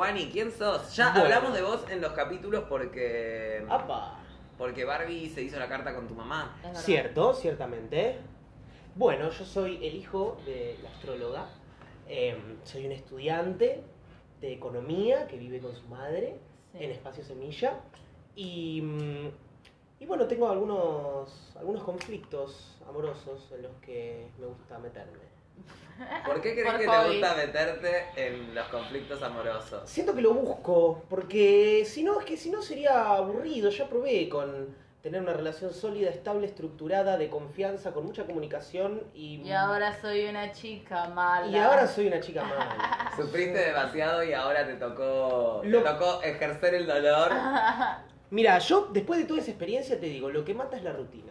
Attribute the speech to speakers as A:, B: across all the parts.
A: Juani, ¿quién sos? Ya
B: Bueno.
A: hablamos de vos en los capítulos porque.
B: ¡Apa!
A: Porque Barbie se hizo la carta con tu mamá.
C: Es verdad.
B: Cierto, ciertamente. Bueno, yo soy el hijo de la astróloga. Eh, soy un estudiante de economía que vive con su madre
C: Sí.
B: en Espacio Semilla. Y, mm, y bueno, tengo algunos, algunos conflictos amorosos en los que me gusta meterme.
A: ¿Por qué crees
C: Ah, Por
A: que te
C: hobby.
A: gusta meterte en los conflictos amorosos?
B: Siento que lo busco, porque si no, es que si no sería aburrido. Ya probé con tener una relación sólida, estable, estructurada, de confianza, con mucha comunicación y...
C: Y ahora soy una chica mala.
B: Y ahora soy una chica
C: Ah,
B: mala.
A: Sufriste demasiado y ahora te tocó.
B: Lo-
A: Te tocó ejercer el dolor.
C: Ah.
B: Mira, yo después de toda esa experiencia te digo, lo que mata es la rutina.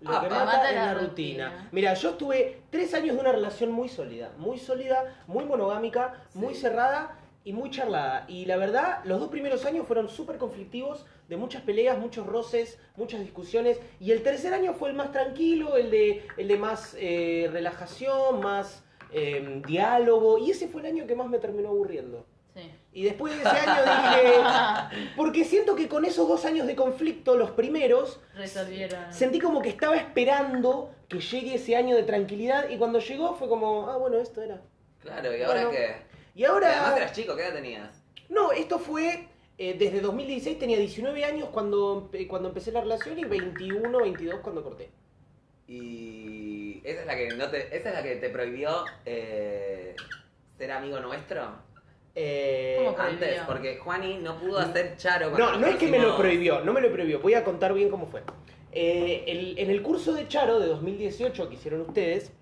B: Lo
A: Ah,
B: que
A: te
B: mata,
C: mata
B: es
C: la
B: la rutina.
C: rutina.
B: Mira, yo estuve tres años de una relación muy sólida, muy sólida, muy monogámica, muy
A: Sí.
B: cerrada y muy charlada. Y la verdad, los dos primeros años fueron súper conflictivos, de muchas peleas, muchos roces, muchas discusiones. Y el tercer año fue el más tranquilo, el de, el de más eh, relajación, más eh, diálogo. Y ese fue el año que más me terminó aburriendo.
C: Sí.
B: Y después de ese año dije, porque siento que con esos dos años de conflicto, los primeros,
C: Resolvieron.
B: sentí como que estaba esperando que llegue ese año de tranquilidad y cuando llegó fue como, ah, bueno, esto era.
A: Claro, ¿y ahora
B: Bueno,
A: qué?
B: Y
A: Además
B: ahora...
A: eras chico, ¿qué edad tenías?
B: No, esto fue eh, desde 2016, tenía 19 años cuando, empe- cuando empecé la relación y 21, 22 cuando corté.
A: Y. Esa es la que no te. Esa es la que te prohibió eh, ser amigo nuestro.
B: Eh,
C: ¿Cómo fue?
A: Antes,
C: Prohibió.
A: porque Juani no pudo hacer charo cuando
B: No,
A: nos
B: no es que me lo
A: conocimos.
B: prohibió, no me lo prohibió. Voy a contar bien cómo fue. Eh, el- en el curso de Charo de 2018 que hicieron ustedes,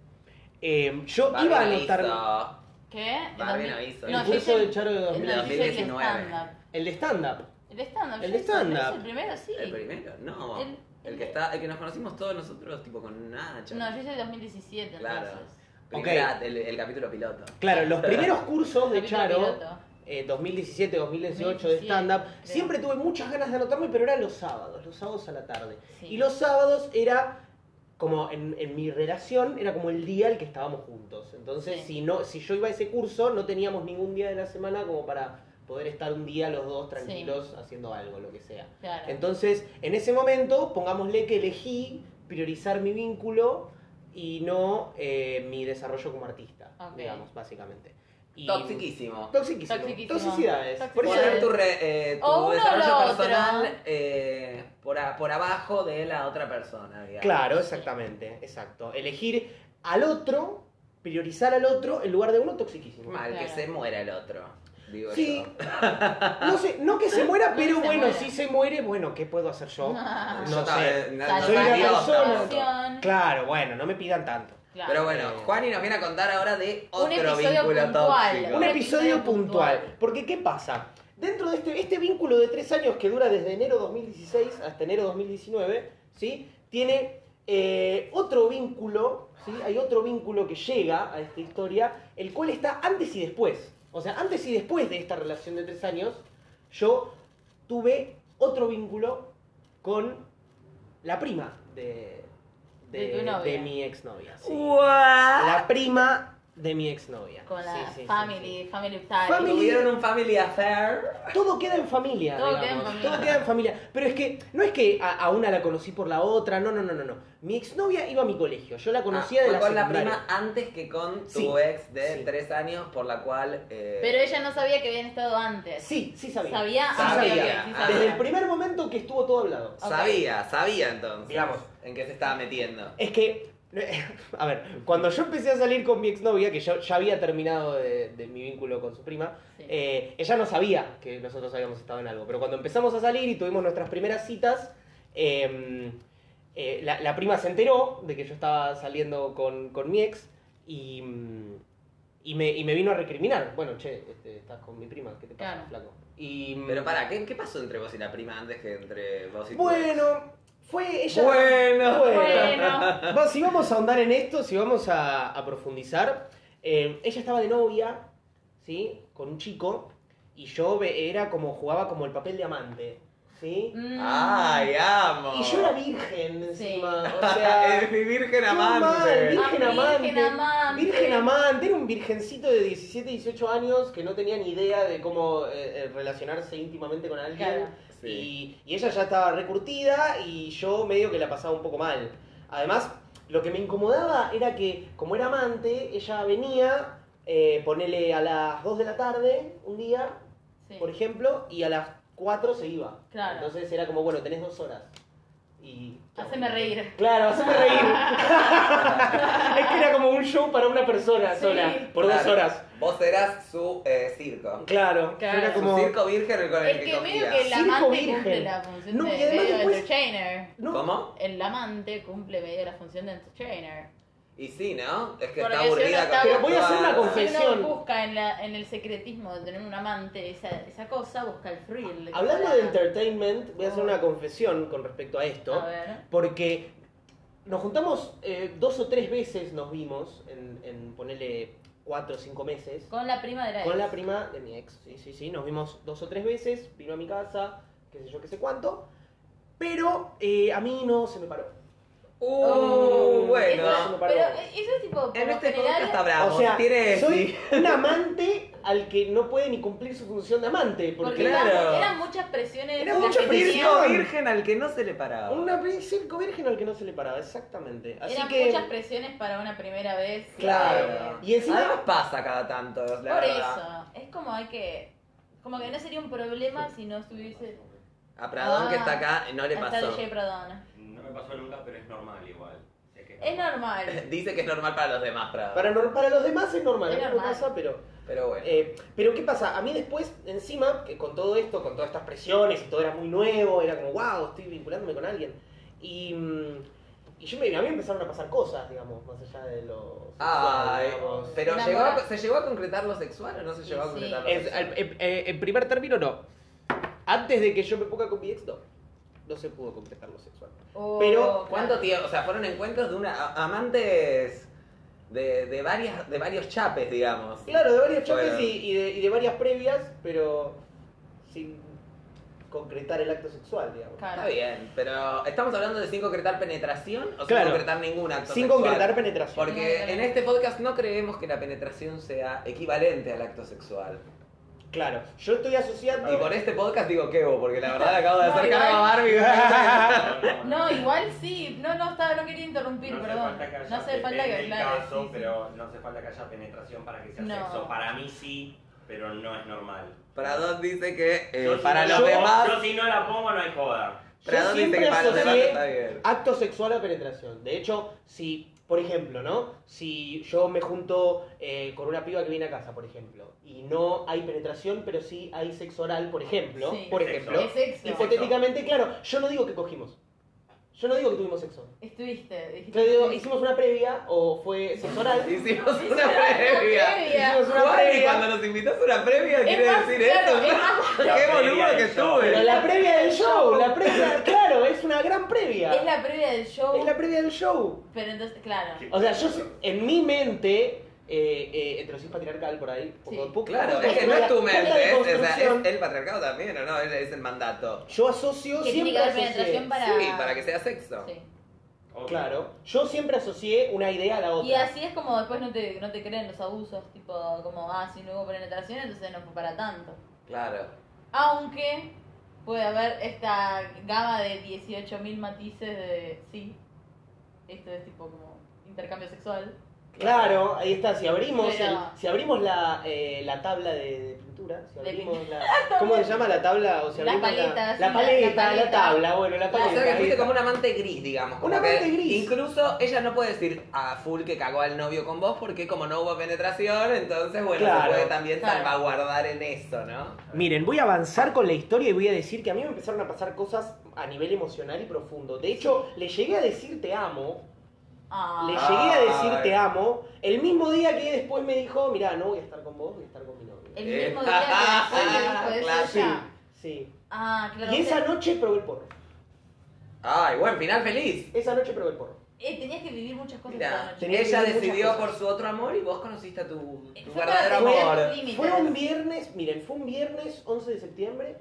B: eh, yo
A: Barbie
B: iba a
A: no
B: anotar
A: hizo.
C: ¿Qué? En
A: Va, bien
C: 2000
A: aviso.
B: el
A: No,
B: curso
C: yo hice
B: de Charo de
C: en
B: 2018.
A: 2019.
C: stand-up.
B: El de stand-up.
C: El stand-up.
B: El
C: yo hice-
B: stand-up.
C: yo hice El primero, sí.
A: El primero, no. El,
C: El-
A: que está, el que nos conocimos todos nosotros, tipo con nada, charo.
C: No, yo hice el 2017,
A: Claro.
C: entonces.
A: Primera, el, el capítulo piloto.
B: Claro, los primeros cursos de
C: Capítulo
B: Charo,
C: piloto.
B: eh, 2017, 2018 de
C: 2017,
B: stand-up,
C: creo.
B: siempre tuve muchas ganas de anotarme, pero eran los sábados, los sábados a la tarde.
C: Sí.
B: Y los sábados era como en, en mi relación era como el día al que estábamos juntos. Entonces,
C: Sí.
B: si no si yo iba a ese curso, no teníamos ningún día de la semana como para poder estar un día los dos tranquilos haciendo algo, lo que sea.
C: Claro.
B: Entonces, en ese momento, pongámosle que elegí priorizar mi vínculo y no eh, mi desarrollo como artista,
C: Ok.
B: digamos, básicamente. Y-
A: Toxiquísimo.
B: Toxiquísimo.
C: Toxiquísimo.
B: Toxicidades. Por eso,
A: Poner tu, re- eh, tu
C: O uno o
A: desarrollo
C: lo
A: personal
C: otro.
A: eh, por, a- por abajo de la otra persona, digamos.
B: claro, exactamente, exacto. Elegir al otro, priorizar al otro en lugar de uno toxiquísimo.
A: Mal, que
C: Claro.
A: se muera el otro, digo
B: Sí.
A: yo.
B: No sé, no que se muera,
C: No que
B: pero
C: se
B: bueno,
C: muera.
B: si se muere, bueno, ¿qué puedo hacer yo?
C: Ah.
B: No
A: Yo también,
B: sé.
A: no-
C: Salud.
A: no
B: Soy una
A: soy Dios
B: persona.
A: tampoco.
B: Claro, bueno, no me pidan tanto.
C: Claro.
A: Pero bueno,
B: Eh.
A: Juani nos viene a contar ahora de
C: Un
A: otro
C: episodio
A: vínculo
C: puntual.
A: tóxico.
B: Un
C: Un
B: episodio
C: episodio puntual.
B: puntual. Porque, ¿qué pasa? Dentro de este, este vínculo de tres años que dura desde enero 2016 hasta enero 2019, ¿sí? Tiene eh, otro vínculo, ¿sí? Hay otro vínculo que llega a esta historia, el cual está antes y después. O sea, antes y después de esta relación de tres años, yo tuve otro vínculo con la prima de,
C: De tu novia.
B: de mi exnovia. sí.
A: Guau.
B: La prima de mi exnovia.
C: Con la
B: Sí, sí, sí,
C: family,
B: sí.
C: family time.
B: Family.
A: Tuvieron un family affair.
B: Todo queda en familia.
C: Todo
B: digamos.
C: queda en familia.
B: Todo queda en familia. Pero es que no es que a, a una la conocí por la otra, no, no, no, no, no. Mi exnovia iba a mi colegio, yo la conocía
A: Ah,
B: de
A: fue
B: la
A: con la
B: secundaria.
A: prima antes que con tu
B: Sí,
A: ex de
B: sí.
A: tres años, por la cual. eh,
C: Pero ella no sabía que habían estado antes.
B: Sí, sí sabía.
C: ¿Sabía?
B: Sí
A: Ah,
B: sabía.
A: ok, ok, sí sabía.
B: Desde el primer momento que estuvo todo hablado.
C: ok.
A: Sabía, sabía entonces.
B: Digamos.
A: En qué se estaba metiendo.
B: Es que, a ver, cuando yo empecé a salir con mi exnovia, que yo ya había terminado de, de mi vínculo con su prima,
C: Sí.
B: eh, ella no sabía que nosotros habíamos estado en algo. Pero cuando empezamos a salir y tuvimos nuestras primeras citas, eh, eh, la, la prima se enteró de que yo estaba saliendo con, con mi ex y, mm, y, me, y me vino a recriminar. Bueno, che, este, estás con mi prima, ¿qué te pasa,
C: Claro.
B: flaco? Y, mm,
A: Pero para, ¿qué, qué pasó entre vos y la prima antes que entre vos y tu
B: Bueno, fue
A: ex?
B: ella...
A: Bueno,
C: Bueno.
B: Va, si vamos a ahondar en esto, si vamos a, a profundizar, eh, ella estaba de novia, ¿sí? Con un chico, y yo ve- era como, jugaba como el papel de amante, ¿sí?
C: Mm.
A: Ay, amo.
B: Y yo era virgen encima, o
A: Es
B: sea...
A: mi virgen
B: mal,
A: amante.
B: virgen
C: Ah, virgen
B: amante.
C: amante.
B: Virgen amante, era un virgencito de 17, 18 años que no tenía ni idea de cómo eh, eh, relacionarse íntimamente con alguien.
C: Claro.
A: Sí.
B: Y, y ella ya estaba recurtida y yo medio que la pasaba un poco mal. Además, lo que me incomodaba era que, como era amante, ella venía, eh, ponele a las 2 de la tarde un día,
C: Sí.
B: por ejemplo, y a las 4 se iba.
C: Claro.
B: Entonces era como, bueno, tenés dos horas. Y.
C: Haceme reír.
B: Claro, haceme reír. es que era como un show para una persona
C: Sí.
B: sola, por
A: Claro.
B: dos horas.
A: Vos eras su eh, circo.
B: Claro,
C: Claro.
B: era
A: Su
B: como...
A: circo virgen con el
C: Es
A: que,
C: que medio
A: cogías.
C: que el
B: Circo
C: amante
B: virgen.
C: cumple la función
B: No,
C: de
B: y además
C: medio
B: después-
C: entertainer.
B: No,
A: ¿Cómo?
C: El amante cumple medio la función de entertainer.
A: Y sí, ¿no? Es que
C: Porque
A: está
C: si uno
A: aburrida
C: está-
A: con
C: Pero
B: voy a hacer una
A: todas-
B: confesión.
C: Si uno busca en, la, en el secretismo de tener un amante esa, esa cosa, busca el thrill.
B: Hablando
C: Para-
B: de entertainment, voy a hacer una confesión con respecto a esto.
C: A ver.
B: Porque nos juntamos eh, dos o tres veces, nos vimos, en, en ponerle cuatro o cinco meses,
C: Con la prima de la
B: con
C: ex.
B: la prima de mi ex. Sí, sí, sí, nos vimos dos o tres veces, vino a mi casa, qué sé yo, qué sé cuánto. Pero eh, a mí no se me paró.
C: Oh,
A: Uh, bueno.
C: Eso-
B: no paró.
C: pero eso es tipo, por
A: En
C: lo
A: este
C: general,
A: podcast está bravo.
B: o sea,
A: tiene
B: soy un amante al que no puede ni cumplir su función de amante. Porque,
C: porque
A: claro.
C: eran, eran muchas presiones.
B: Era
C: las
B: mucha
C: que
B: presión.
C: tenían.
A: circo virgen al que no se le paraba.
B: Una circo virgen al que no se le paraba, exactamente. Así
C: Eran
B: que.
C: muchas presiones para una primera vez.
B: Claro.
C: Eh,
B: Y encima-
A: Además pasa cada tanto, la
C: por
A: verdad.
C: eso. Es como hay que. Como que no sería un problema si no estuviese.
A: A Pradón
C: Ah,
A: que está acá no le
C: Hasta
A: pasó.
C: DJ Pradón.
D: No me pasó nunca, pero es normal igual. Sé que
C: Es normal.
A: Dice que es normal para los demás, Pradón.
B: Para, nor- para los demás es normal,
C: Ah. Es
B: no
C: normal.
B: pasa, pero.
A: Pero bueno.
B: Eh, pero ¿qué pasa? A mí después, encima, que con todo esto, con todas estas presiones, y todo era muy nuevo, era como, wow, estoy vinculándome con alguien. Y, mm, y yo me, a mí me empezaron a pasar cosas, digamos, más allá de lo...
A: Ay,
B: sexual, digamos.
A: pero
C: Una
A: llegó a-
C: moral.
A: ¿se llegó a concretar lo sexual o no se
C: Y
A: llegó a
C: sí.
A: concretar lo
B: En,
A: sexual?
B: al- en- eh, en primer término, no. Antes de que yo me ponga con mi ex, no. No se pudo concretar lo sexual.
C: O-
B: Pero,
A: ¿Cuánto tiempo? O sea, fueron encuentros de una a- amantes de, de varias de varios chapes, digamos.
B: Claro, de varios chapes
A: Bueno.
B: y, y de, y de varias previas, pero sin concretar el acto sexual, digamos.
C: Claro.
A: Está bien, pero estamos hablando de sin concretar penetración o
B: Claro.
A: sin concretar ningún acto
B: Sin
A: sexual?
B: concretar penetración.
A: Porque en este podcast no creemos que la penetración sea equivalente al acto sexual.
B: Claro, yo estoy asociando...
A: Y por este podcast digo que hubo, porque la verdad le acabo de
C: No,
A: hacer
C: igual.
A: cargo a Barbie.
D: normal.
C: No, igual sí. No, no, estaba, no quería interrumpir,
D: No hace
C: perdón.
D: falta que haya,
C: No hace falta
D: depende
C: que,
D: del
C: claro.
D: caso,
C: sí, sí.
D: pero no hace falta que haya penetración para que sea
C: No.
D: sexo. Para mí sí, pero no es normal.
A: Pradón dice que eh,
D: Yo si
A: para
D: no
A: los
D: la pongo-
A: demás.
D: Yo si no la pongo no hay joda.
B: Yo
A: Pradón dice
B: siempre
A: que para los demás
B: asocié
A: está bien.
B: acto sexual a penetración. De hecho, si, por ejemplo, ¿no? Si yo me junto eh, con una piba que viene a casa, por ejemplo, y no hay penetración, pero sí hay sexo oral, por ejemplo,
C: Sí.
B: por
D: Sexo.
B: ejemplo,
C: Es sexo.
B: hipotéticamente, claro, yo no digo que cogimos. Yo no digo que tuvimos sexo.
C: Estuviste. dijiste-
B: Yo digo, hicimos una previa o fue sexo oral.
A: Hicimos
C: Sí,
A: una
C: sí,
A: previa.
B: Hicimos una
A: Juan, y
B: previa.
A: cuando nos invitas a una previa, quiere
C: más,
A: decir
C: claro,
A: esto.
C: es más-
D: La
A: Qué
D: previa
A: boludo
D: del
A: que
D: show.
B: Pero
A: estuve.
B: la previa del show, la previa, claro, es una gran previa.
C: Es la previa del show.
B: Es la previa del show.
C: Pero entonces, claro.
D: Sí.
B: O sea, yo sé- en mi mente, eh, eh, heterosis patriarcal por ahí, poco-
C: Sí.
B: poco-
A: Claro,
B: poco-
A: es que no es tu
B: poca
A: mente, es, o sea,
B: deconstrucción.
A: es el patriarcado también, ¿o no? Es, es el mandato.
B: Yo asocio
C: Que tiene
B: siempre
C: que haber
B: asocié-
C: penetración para.
A: Sí, para que sea sexo.
C: Sí.
D: Obvio.
B: Claro, yo siempre asocié una idea a la otra.
C: Y así es como después no te, no te creen los abusos, tipo, como, ah, si no hubo penetración, entonces no fue para tanto.
A: Claro.
C: Aunque puede haber esta gama de 18.000 matices de sí. Esto es tipo como intercambio sexual.
B: Claro, ahí está, si abrimos
C: Pero-
B: el- si abrimos la, eh, la tabla de, de pintura, si
C: De
B: abrimos la, ¿cómo se llama la tabla? O si
C: Las
B: abrimos
C: paletas,
B: la,
C: sí,
B: la
C: la- la
B: paleta, la,
C: paleta.
B: tabla, bueno, la
C: O
A: O
B: paleta.
A: sea que
B: ahí
A: fuiste
B: está.
A: como un amante gris, digamos. Como
B: Un
A: que
B: amante gris.
A: Incluso ella no puede decir a full que cagó al novio con vos porque como no hubo penetración, entonces bueno, se
B: Claro.
A: puede también
C: Claro.
A: salvaguardar en eso, ¿no?
B: Miren, voy a avanzar con la historia y voy a decir que a mí me empezaron a pasar cosas a nivel emocional y profundo. De hecho, le llegué a decir te amo,
C: Ah,
B: le
A: Ah.
B: llegué a decir te amo, el mismo día que después me dijo, mirá, no voy a estar con vos, voy a estar con mi novio.
C: el
A: Eh, ah,
C: mismo día que después le dijo eso
A: claro,
C: ya.
A: sí.
B: Sí.
C: Ah, claro.
B: Y
C: o sea,
B: esa noche probé el porro.
A: Ay, buen final feliz.
B: Esa noche probé el porro.
C: eh, tenías que vivir muchas cosas esa
A: Mira,
C: noche.
B: tenía-
A: ella
B: muchas
A: decidió
B: cosas.
A: por su otro amor y vos conociste a tu, tu
C: Fue para
A: verdadero
C: tener
A: amor.
C: límites.
B: Fue un viernes, miren, fue un viernes 11 de septiembre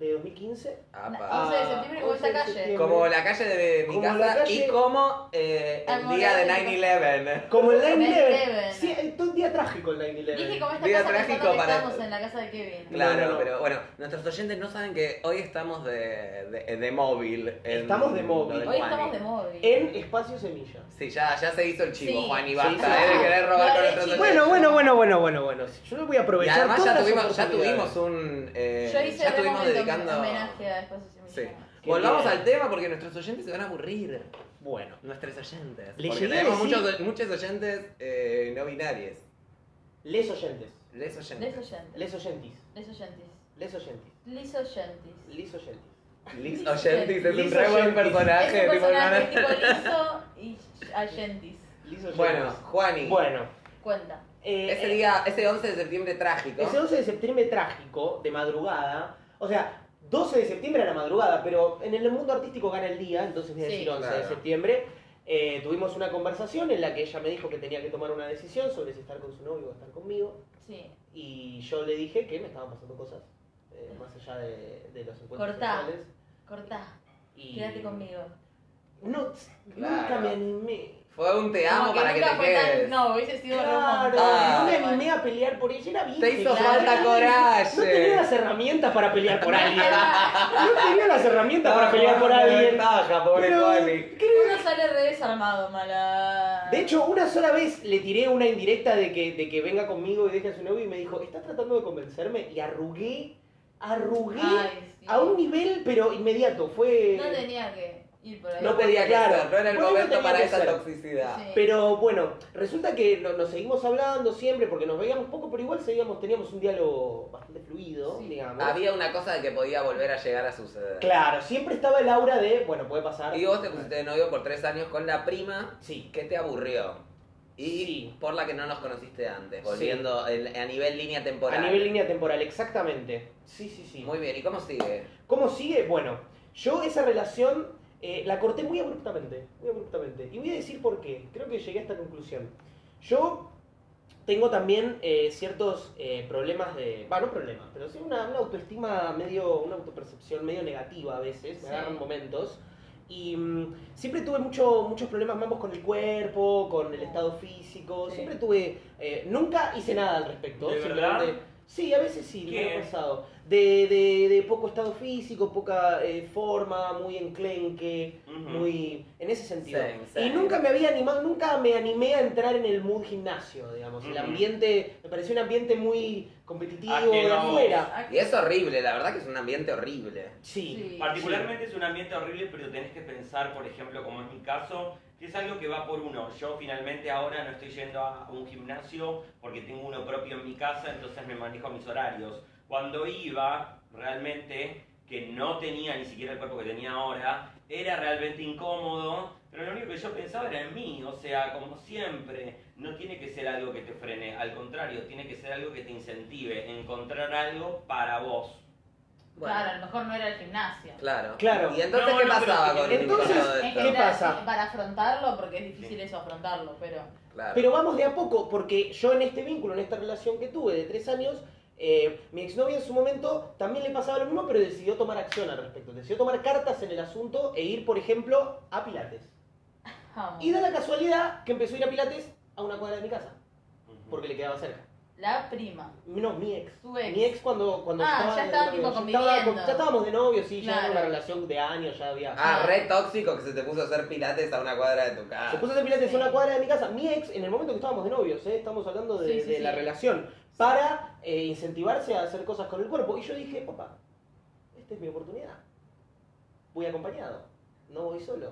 B: de 2015.
A: Apa.
B: Ah,
C: 11 de septiembre como
B: 11 de
C: esta calle.
B: septiembre.
A: Como la calle de mi
B: Como
A: casa
B: la calle-
A: y como eh, el
C: Algo
A: día de
C: grande.
A: 9-11.
B: Como el 9-11.
C: 9/11.
B: Sí, eh, todo un día trágico el 9-11.
C: Dije como esta
A: Día
C: casa
A: trágico
C: pensando que
A: para-
C: estábamos en la casa de Kevin.
A: Claro,
B: No, no, no.
A: pero bueno, nuestros oyentes no saben que hoy estamos de, de, de móvil. en
B: Estamos de móvil.
A: lo del
C: Hoy
A: Juani.
C: estamos de móvil.
B: En Espacio Semilla.
A: Sí, ya, ya se hizo el chivo,
C: Sí.
A: Juan, y
C: Sí,
A: basta,
B: sí,
A: eh, de
B: sí.
A: querer robar
C: No,
A: con
C: de
A: nuestros
C: chivo.
A: oyentes.
B: Bueno, bueno, bueno, bueno, bueno, bueno. Yo lo voy a
A: Y
B: aprovechar.
A: además ya
B: todas las
A: tuvimos, ya
B: oportunidades.
A: tuvimos un... eh,
C: Yo hice
A: ya
C: re
A: estuvimos
C: momento
A: dedicando...
C: homenaje a Espacio Semillero.
A: Sí.
B: Qué
A: Volvamos
B: bien.
A: al tema porque nuestros oyentes se van a aburrir.
B: Bueno,
A: Nuestros oyentes.
B: Les
A: Porque
B: llegué a
A: tenemos
B: decir-
A: muchos, muchos oyentes eh, no binarios.
B: les oyentes.
A: Les
C: Les
A: oyentes.
C: oyentes.
B: Les oyentis.
C: Les oyentes.
B: Les oyentes.
C: Les oyentes.
B: Les oyentes.
A: Liz
C: Liz
A: Oyentes es un
B: Liz
A: re buen
B: Oyentis.
C: Es
A: personaje.
C: un
A: tipo,
C: personaje
A: no,
C: tipo liso y oyentes.
B: Les oyentes.
A: no. Bueno, Juani.
B: Bueno.
C: Cuenta.
B: eh,
A: Ese día, ese 11 de septiembre trágico.
B: Ese 11 de septiembre trágico, de madrugada, o sea, 12 de septiembre era madrugada, pero en el mundo artístico gana el día, entonces voy a
C: Sí.
B: decir 11 de
A: Claro.
B: septiembre. Eh, tuvimos una conversación en la que ella me dijo que tenía que tomar una decisión sobre si estar con su novio o estar conmigo,
C: Sí.
B: y yo le dije que me estaban pasando cosas eh, más allá de, de los encuentros
C: Cortá.
B: sexuales,
C: Cortá.
B: y-
C: Quédate conmigo.
B: No, nunca
A: Claro.
B: me animé.
A: Fue un te amo
C: Como
A: para que
C: nunca
A: te
C: fue tan-
A: quedes.
C: No, hubiese sido re
B: Claro,
C: montón.
A: Ah.
B: no me animé a pelear por ella, era bien.
A: Te hizo eh.
C: Claro.
A: falta
B: No
A: coraje.
B: tenía las herramientas para pelear por alguien.
C: Ah,
B: No tenía las herramientas para pelear por alguien.
A: Ventaja, pobre
B: Pero-
A: Juani.
C: Uno sale re desarmado, mala.
B: De hecho, una sola vez le tiré una indirecta de que, de que venga conmigo y deje a su novio y me dijo, ¿estás tratando de convencerme? Y arrugué, arrugué
C: Ay, sí.
B: a un nivel, pero inmediato. Fue...
C: No tenía que ir por ahí.
A: No
B: No
A: podía que
B: claro.
A: ser, no era el
B: Por ahí no
A: momento
B: tenía
A: para
B: que
A: esa
B: ser.
A: toxicidad.
C: Sí.
B: Pero bueno, resulta que no- nos seguimos hablando siempre porque nos veíamos poco, pero igual seguíamos, teníamos un diálogo bastante fluido,
C: Sí.
B: digamos.
A: Había una cosa de que podía volver a llegar a suceder.
B: Claro, siempre estaba el aura de, bueno, puede pasar.
A: Y vos te pusiste de novio por tres años con la prima
B: Sí,
A: que te aburrió. Y
B: Sí.
A: por la que no nos conociste antes,
B: Sí.
A: volviendo el- a nivel línea
B: a
A: temporal.
B: nivel línea temporal, exactamente. Sí, sí, sí.
A: Muy bien, ¿y cómo sigue?
B: ¿Cómo sigue? Bueno, yo esa relación eh, la corté muy abruptamente, muy abruptamente. Y voy a decir por qué. Creo que llegué a esta conclusión. Yo tengo también eh, ciertos eh, problemas de... Va, no problemas, pero sí una, una autoestima medio, una autopercepción medio negativa a veces, me
C: Sí.
B: agarran momentos. Y mm, siempre tuve mucho, muchos problemas mambos con el cuerpo, con el estado físico,
C: Oh. Sí.
B: siempre tuve... eh, nunca hice nada al respecto.
D: ¿De
B: simplemente-
D: verdad?
B: Sí, a veces sí, me
D: ¿Qué?
B: ha pasado. De, de, de poco estado físico, poca eh, forma, muy enclenque,
D: Ujú.
B: muy... En ese sentido.
A: Same, same.
B: Y nunca me había animado, nunca me animé a entrar en el mood gimnasio, digamos. El
D: Ujú.
B: ambiente, me pareció un ambiente muy competitivo de
D: Ajeno.
B: afuera.
A: Y es horrible, la verdad que es un ambiente horrible.
B: Sí.
C: Ah, Sí.
D: Particularmente es un ambiente horrible, pero tenés que pensar, por ejemplo, como es mi caso, que es algo que va por uno. Yo finalmente ahora no estoy yendo a un gimnasio porque tengo uno propio en mi casa, entonces me manejo mis horarios. Cuando iba, realmente, que no tenía ni siquiera el cuerpo que tenía ahora, era realmente incómodo, pero lo único que yo pensaba era en mí, o sea, como siempre, no tiene que ser algo que te frene, al contrario, tiene que ser algo que te incentive, encontrar algo para vos.
C: Claro, a lo mejor no era el gimnasio.
A: Claro.
B: Claro.
A: ¿Y entonces
D: No,
A: qué
D: no,
A: pasaba
D: pero-
A: con,
B: entonces,
A: con todo
C: Es
A: esto?
C: que
B: ¿Qué
C: era-
B: pasa?
C: Para afrontarlo, porque es difícil eso afrontarlo, pero.
A: Claro.
B: Pero vamos de a poco, porque yo en este vínculo, en esta relación que tuve de tres años, eh, mi exnovia en su momento también le pasaba lo mismo, pero decidió tomar acción al respecto. Decidió tomar cartas en el asunto e ir, por ejemplo, a Pilates.
C: vamos.
B: Y da la casualidad que empezó a ir a Pilates a una cuadra de mi casa, porque le quedaba cerca.
C: La prima.
B: No, mi ex.
C: Tu ex.
B: Mi ex cuando, cuando
C: Ah, ya
B: de
C: estaban
B: novio.
C: tipo
B: Ya
C: conviviendo.
B: con- ya estábamos de novios, sí, ya
C: Claro.
B: era una relación de años, ya había...
A: Ah, re tóxico que se te puso a hacer pilates a una cuadra de tu
B: Se
A: casa.
B: puso a hacer pilates
C: Sí.
B: en una cuadra de mi casa. Mi ex, en el momento que estábamos de novios, ¿eh? estamos hablando de,
C: Sí, sí,
B: de
C: sí.
B: la relación, para eh, incentivarse a hacer cosas con el cuerpo. Y yo dije, opa, esta es mi oportunidad. Voy acompañado, no voy solo.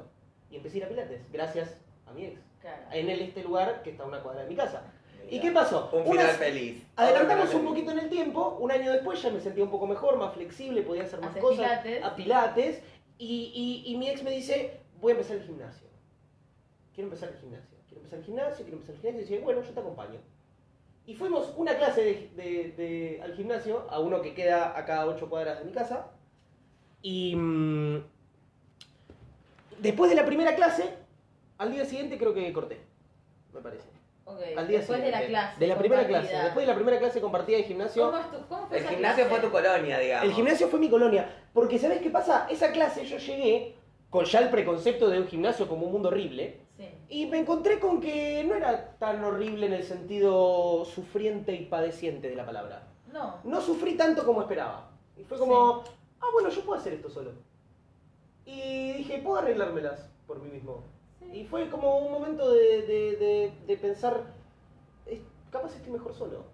B: Y empecé a ir a pilates, gracias a mi ex.
C: Claro.
B: En el, este lugar que está a una cuadra de mi casa. ¿Y
A: Mira,
B: qué pasó?
A: Un
B: Una-
A: final feliz.
B: Adelantamos
A: Otro
B: un
A: final
B: poquito en el tiempo, un año después ya me sentía un poco mejor, más flexible, podía hacer más
C: Haces
B: cosas.
C: pilates.
B: A pilates. Y, y- y mi ex me dice, voy a empezar el gimnasio. Quiero empezar el gimnasio. Quiero empezar el gimnasio, quiero empezar el gimnasio. Y dije, bueno, yo te acompaño. Y fuimos una clase de, de- de- al gimnasio, a uno que queda acá a 8 cuadras de mi casa. Y mm, después de la primera clase, al día siguiente creo que corté, me parece.
C: Ok,
B: Al día
C: después de la
B: siguiente.
C: clase.
B: De la primera
C: compartida.
B: clase. Después de la primera clase compartida de gimnasio.
C: ¿Cómo, es tu- cómo fue
A: El
C: esa
A: gimnasio fue
C: clase?
A: tu colonia, digamos.
B: El gimnasio fue mi colonia. Porque, ¿sabés qué pasa? Esa clase yo llegué con ya el preconcepto de un gimnasio como un mundo horrible.
C: Sí.
B: Y me encontré con que no era tan horrible en el sentido sufriente y padeciente de la palabra.
C: No.
B: No sufrí tanto como esperaba. Y fue como, ah, bueno, yo puedo hacer esto solo. Y dije, puedo arreglármelas por mí mismo. Y
C: Sí.
B: fue como un momento de, de- de- de pensar, "Es- capaz estoy mejor solo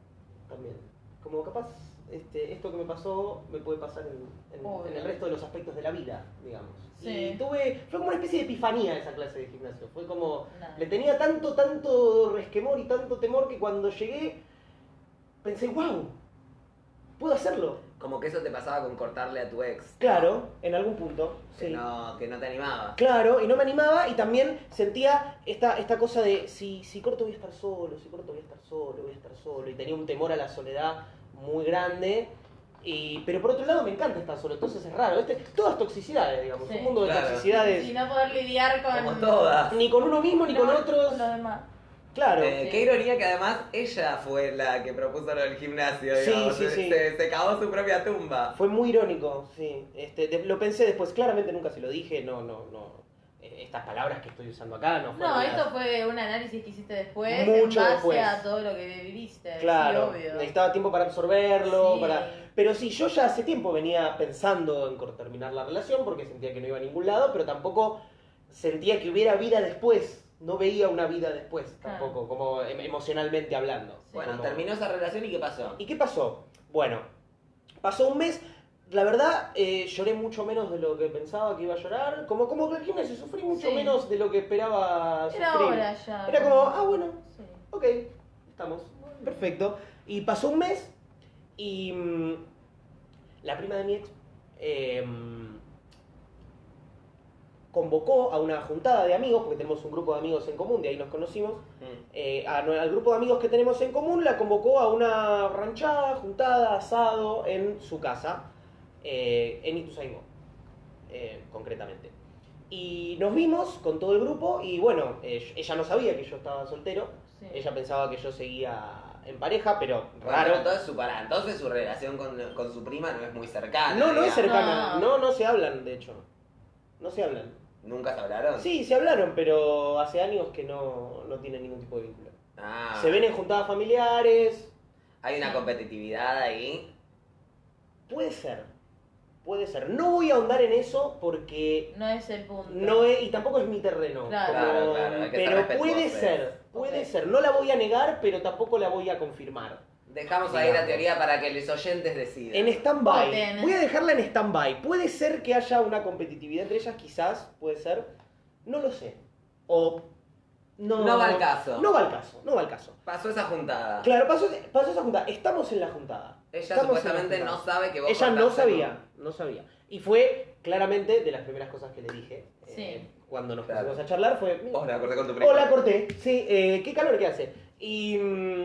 B: también. Como capaz este, esto que me pasó me puede pasar en, en-
C: Obvio.
B: en el resto de los aspectos de la vida, digamos.
C: Sí.
B: Y tuve, fue como una especie de epifanía esa clase de gimnasio. Fue como,
C: Nada.
B: le tenía tanto, tanto resquemor y tanto temor que cuando llegué pensé, wow, puedo hacerlo.
A: Como que eso te pasaba con cortarle a tu ex.
B: Claro, en algún punto.
A: Que,
B: sí.
A: no, que no te animaba.
B: Claro, y no me animaba y también sentía esta, esta cosa de si, si corto voy a estar solo, si corto voy a estar solo, voy a estar solo. Y tenía un temor a la soledad muy grande. Y, pero por otro lado me encanta estar solo, entonces es raro. Este, todas toxicidades, digamos,
C: Sí.
B: un mundo de
A: Claro.
B: toxicidades.
C: Y no poder lidiar con.
A: Como todas.
B: Ni con uno mismo, ni
C: No,
B: con otros.
C: Con los demás.
B: Claro.
A: Eh, Qué ironía que además ella fue la que propuso lo del gimnasio,
B: Sí,
A: digamos.
B: sí,
A: se,
B: sí.
A: se- se cavó su propia tumba.
B: Fue muy irónico, sí. Este, de- lo pensé después, claramente nunca se lo dije, no, no, no. Eh, Estas palabras que estoy usando acá no fueron
C: No,
B: las-
C: esto fue un análisis que hiciste después.
B: Mucho
C: en base
B: después.
C: a todo lo que viviste.
B: Claro,
C: Sí, obvio.
B: necesitaba tiempo para absorberlo,
C: Sí.
B: para... Pero sí, yo ya hace tiempo venía pensando en cor- terminar la relación porque sentía que no iba a ningún lado, pero tampoco sentía que hubiera vida después. No veía una vida después
C: Claro.
B: tampoco, como em- emocionalmente hablando.
C: Sí.
A: Bueno,
B: Como-
A: terminó esa relación y ¿qué pasó?
B: ¿Y qué pasó? Bueno, pasó un mes. La verdad, eh, lloré mucho menos de lo que pensaba que iba a llorar. Como, como que el gimnasio sufrí mucho
C: Sí.
B: menos de lo que esperaba
C: Era
B: sufrir.
C: hora ya.
B: Era como, ah, bueno,
C: Sí.
B: Ok, estamos. Perfecto. Y pasó un mes y mm, la prima de mi ex eh, mm, convocó a una juntada de amigos, porque tenemos un grupo de amigos en común, de ahí nos conocimos. Eh, a nue- al grupo de amigos que tenemos en común la convocó a una ranchada, juntada, asado en su casa, eh, en Ituzaingó, eh, concretamente. Y nos vimos con todo el grupo y bueno, eh, ella no sabía que yo estaba soltero,
C: Sí.
B: ella pensaba que yo seguía en pareja, pero
A: Raro.
B: raro.
A: Entonces su, pará, entonces su relación con, con su prima no es muy cercana.
B: No, no
A: digamos.
B: es cercana, no,
C: No.
B: no se hablan, de hecho. No se hablan.
A: ¿Nunca se hablaron?
B: Sí, se hablaron, pero hace años que no, no tienen ningún tipo de vínculo.
A: Ah,
B: Se ven en juntadas familiares,
A: Hay una competitividad ahí.
B: Puede ser. Puede ser. No voy a ahondar en eso porque
C: No es el punto.
B: no es, y tampoco es mi terreno.
C: Claro.
A: Claro, claro, hay que ser
B: pero puede
A: respetuosos.
B: ser, puede
C: Ok.
B: ser. No la voy a negar, pero tampoco la voy a confirmar.
A: Dejamos ahí la
B: Digamos.
A: teoría para que los oyentes decidan.
B: En stand-by.
C: Voten.
B: Voy a dejarla en stand-by. Puede ser que haya una competitividad entre ellas, quizás, puede ser. No lo sé. O. No,
A: No va al caso.
B: No va al caso, no va al caso.
A: Pasó esa juntada.
B: Claro, pasó, pasó esa juntada. Estamos en la juntada.
A: Ella
B: Estamos en la
A: supuestamente
B: juntada.
A: no sabe que vos
B: Ella no
A: cortaste
B: sabía, no sabía. Y fue claramente de las primeras cosas que le dije eh, cuando nos
A: Claro.
B: pusimos a charlar. Fue,
A: con- Vos la acordé con tu prima.
B: hola, corté. Sí, eh, qué calor que hace. Y mm,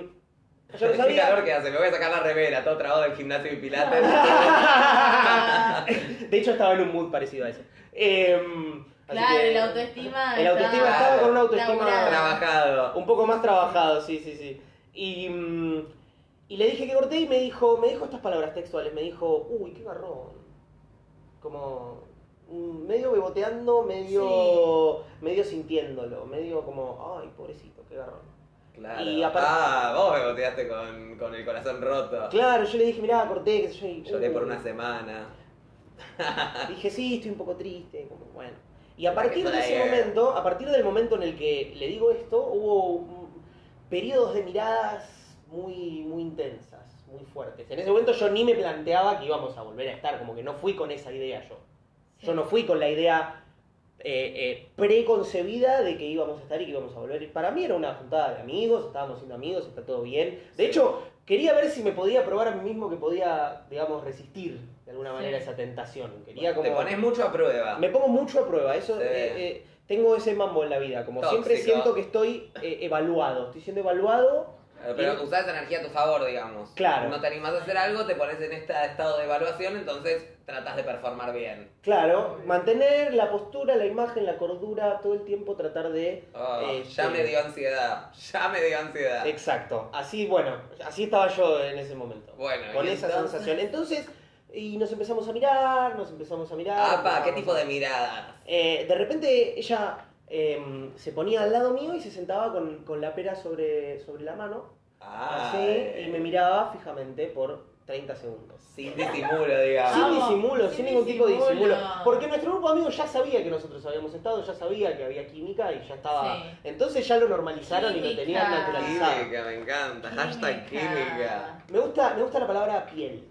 B: yo no
A: Qué calor
B: sabía.
A: que hace, me voy a sacar la remera, todo trabado del gimnasio y pilates.
B: De hecho, estaba en un mood parecido a ese. Eh, así
C: Claro,
B: que-
C: y la autoestima.
B: El autoestima
C: está-
B: estaba con una autoestima
C: laburada.
A: Trabajado.
B: un poco más trabajado, sí, sí, sí. Y, mm, y le dije que corté y me dijo, me dijo estas palabras textuales, me dijo, uy, qué garrón. Como mm, medio beboteando, medio, medio sintiéndolo, medio como, ay, pobrecito, qué garrón.
A: Claro.
B: Y aparte-
A: Ah, vos me boteaste con, con el corazón roto.
B: Claro, yo le dije, mirá, corté, qué sé yo. y, uh.
A: Lloré por
B: "Uy".
A: una semana.
B: Dije, sí, estoy un poco triste, como, bueno. Y a
A: Mira que
B: partir de
A: sola
B: ese
A: era.
B: momento, a partir del momento en el que le digo esto, hubo mm, periodos de miradas muy, muy intensas, muy fuertes. En ese momento yo ni me planteaba que íbamos a volver a estar, como que no fui con esa idea yo.
C: Sí.
B: Yo no fui con la idea eh, eh, preconcebida de que íbamos a estar y que íbamos a volver. Y Para mí era una juntada de amigos, estábamos siendo amigos, está todo bien. De
A: Sí.
B: hecho, quería ver si me podía probar a mí mismo que podía, digamos, resistir de alguna
C: Sí.
B: manera esa tentación. Quería
A: Te
B: como-
A: pones mucho a prueba.
B: Me pongo mucho a prueba, eso
A: Sí.
B: eh, eh, tengo ese mambo en la vida, como siempre
A: Tóxico.
B: siento que estoy eh, evaluado, estoy siendo evaluado
A: Pero usás esa energía a tu favor, digamos.
B: Claro.
A: No te animás a hacer algo, te pones en este estado de evaluación, entonces tratás de performar bien.
B: Claro, mantener la postura, la imagen, la cordura, todo el tiempo tratar de...
A: Oh,
B: Este-
A: Ya me dio ansiedad. Ya me dio ansiedad.
B: Exacto, así bueno, así estaba yo en ese momento.
A: Bueno,
B: con
A: y
B: esa
A: entonces-
B: sensación. Entonces, y nos empezamos a mirar, nos empezamos a mirar.
A: Apa, ¿qué
B: empezamos
A: tipo
B: a-
A: de mirada?
B: Eh, de repente ella em, se ponía al lado mío y se sentaba con, con la pera sobre, sobre la mano,
A: Ah,
B: así, y me miraba fijamente por 30 segundos.
A: Sin disimulo, digamos.
B: Sin
C: Vamos,
B: disimulo, sin,
C: sin
B: ningún tipo de
C: disimulo.
B: disimulo. Porque nuestro grupo de amigos ya sabía que nosotros habíamos estado, ya sabía que había química y ya estaba.
C: Sí.
B: Entonces ya lo normalizaron y lo tenían
C: Química.
B: naturalizado.
A: Química, me encanta. Hashtag química.
B: Me gusta, me gusta la palabra piel.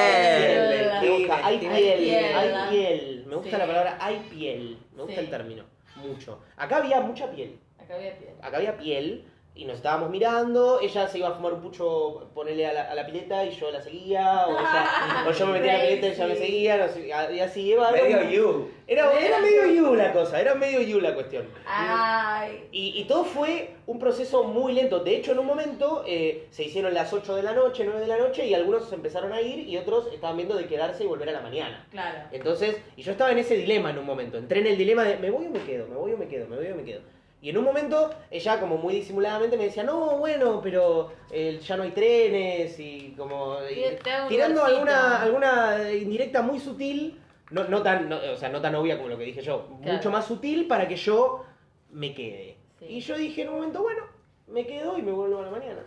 A: Piel,
C: Me
B: Me gusta, hay
A: piel.
B: piel,
C: piel,
B: hay
C: ¿verdad?
B: piel. Me gusta
C: Sí.
B: la palabra hay piel. Me gusta
C: Sí.
B: el término. Mucho. Acá había mucha piel.
C: Acá había piel.
B: Acá había piel y nos estábamos mirando. Ella se iba a fumar un pucho, ponerle a la, a la pileta y yo la seguía. O, ella- o yo me metía a la pileta y ella me
C: Crazy.
B: seguía. no sé, y así iba.
A: Medio
B: era,
A: you.
B: era, era medio you la cosa, era medio you la cuestión.
C: Ah. Ay.
B: Y, y todo fue un proceso muy lento. De hecho, en un momento eh, se hicieron las 8 de la noche, 9 de la noche, y algunos se empezaron a ir y otros estaban viendo de quedarse y volver a la mañana.
C: Claro.
B: Entonces, y yo estaba en ese dilema en un momento. Entré en el dilema de me voy o me quedo, me voy o me quedo, me voy o me quedo. Y en un momento, ella como muy disimuladamente me decía, no, bueno, pero eh, ya no hay trenes y como... y-
C: Te- te hago un
B: tirando
C: lugarcito.
B: alguna, alguna indirecta muy sutil, no, no tan, no- o sea, no tan obvia como lo que dije yo,
C: Claro.
B: mucho más sutil para que yo me quede.
C: Sí.
B: Y yo dije en un momento, bueno, me quedo y me vuelvo a la mañana.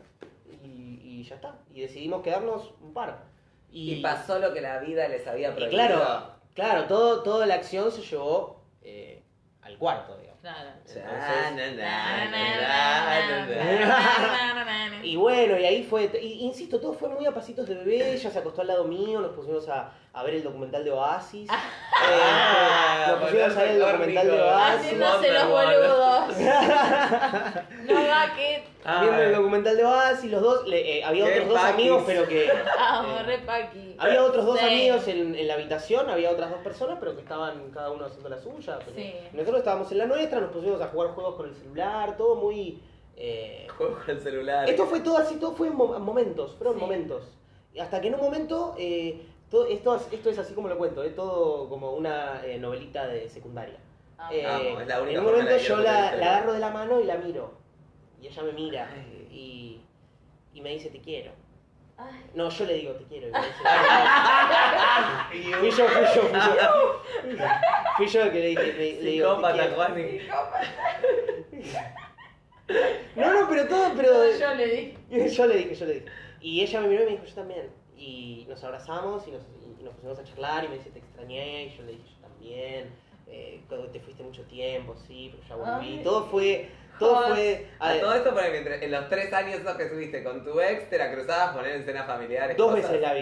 B: Y, y ya está. Y decidimos quedarnos un par.
A: Y pasó lo que la vida les había
B: Y
A: prohibido.
B: claro, claro, todo, toda la acción se llevó eh, al cuarto, digamos.
C: Claro.
A: Ya,
B: Entonces-
A: na, na, na, na, na, na.
B: Y bueno, y ahí fue, y- insisto, todo fue muy a pasitos de bebé, ella se acostó al lado mío, nos pusimos a, a ver el documental de Oasis.
A: Ah.
B: Eh,
A: Este,
B: nos pusimos a ver el documental de Oasis.
C: Haciéndose los boludos. No va que.
B: Viendo el documental de Oasis, los dos, le- eh, había
A: Qué
B: otros dos
A: paquis.
B: amigos, pero que... Eh.
C: Vamos, re paqui.
B: Había otros dos
C: Sí.
B: amigos en, en la habitación, había otras dos personas, pero que estaban cada uno haciendo la suya. pero
C: Sí.
B: Nosotros estábamos en la nuestra, nos pusimos a jugar juegos con el celular, todo muy... eh,
A: Juego con el celular.
B: Esto fue todo así, todo fue en mo- momentos, fueron
C: Sí.
B: momentos. Y Hasta que en un momento, eh, todo, esto, es- esto es así como lo cuento, es todo como una eh, novelita de secundaria.
C: Ah,
B: Eh,
A: Vamos, es la única forma en
B: en un momento
A: la que
B: yo
A: lo
B: la,
A: contaste.
B: la agarro de la mano y la miro. Y ella me mira
A: Ay.
B: y, y me dice te quiero.
C: Ay.
B: No, yo le digo te quiero. Y me dice, fui yo, fui yo, fui yo. Fui yo el que le dije, le- le digo, te
A: Psicópata,
B: quiero.
A: Juani.
B: No, no, pero todo, pero...
C: Yo le dije.
B: Yo le dije, yo le dije. Y ella me miró y me dijo, yo también. Y nos abrazamos y nos, y nos pusimos a charlar y me dice, te extrañé. Y yo le dije, yo también. Eh, cuando te fuiste mucho tiempo, sí, pero ya volví.
C: Ay.
B: Todo fue, todo
A: Joder.
B: fue... a
A: A
B: ver,
A: todo esto para que entre- en los tres años esos que estuviste con tu ex, te la cruzabas poner en cenas familiares.
B: dos
A: cosas.
B: veces la vi.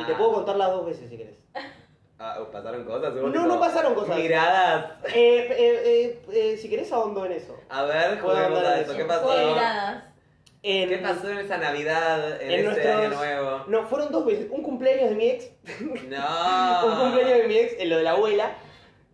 B: Y te
A: Ah.
B: puedo contarla dos veces si querés.
A: Ah, uh, pasaron cosas.
B: No, no pasaron cosas.
A: Miradas.
B: Eh, eh, eh, eh, si querés ahondo en eso.
A: A ver,
B: Puedo
A: juguemos
B: hablar
A: a
B: de
A: eso.
B: eso.
A: ¿Qué
C: Fue
A: pasó?
C: miradas.
B: En-
A: ¿Qué pasó en esa Navidad, en,
B: En
A: ese
B: nuestros-
A: año nuevo?
B: No, fueron dos veces. Un cumpleaños de mi ex
A: No.
B: Un cumpleaños de mi ex, en lo de la abuela,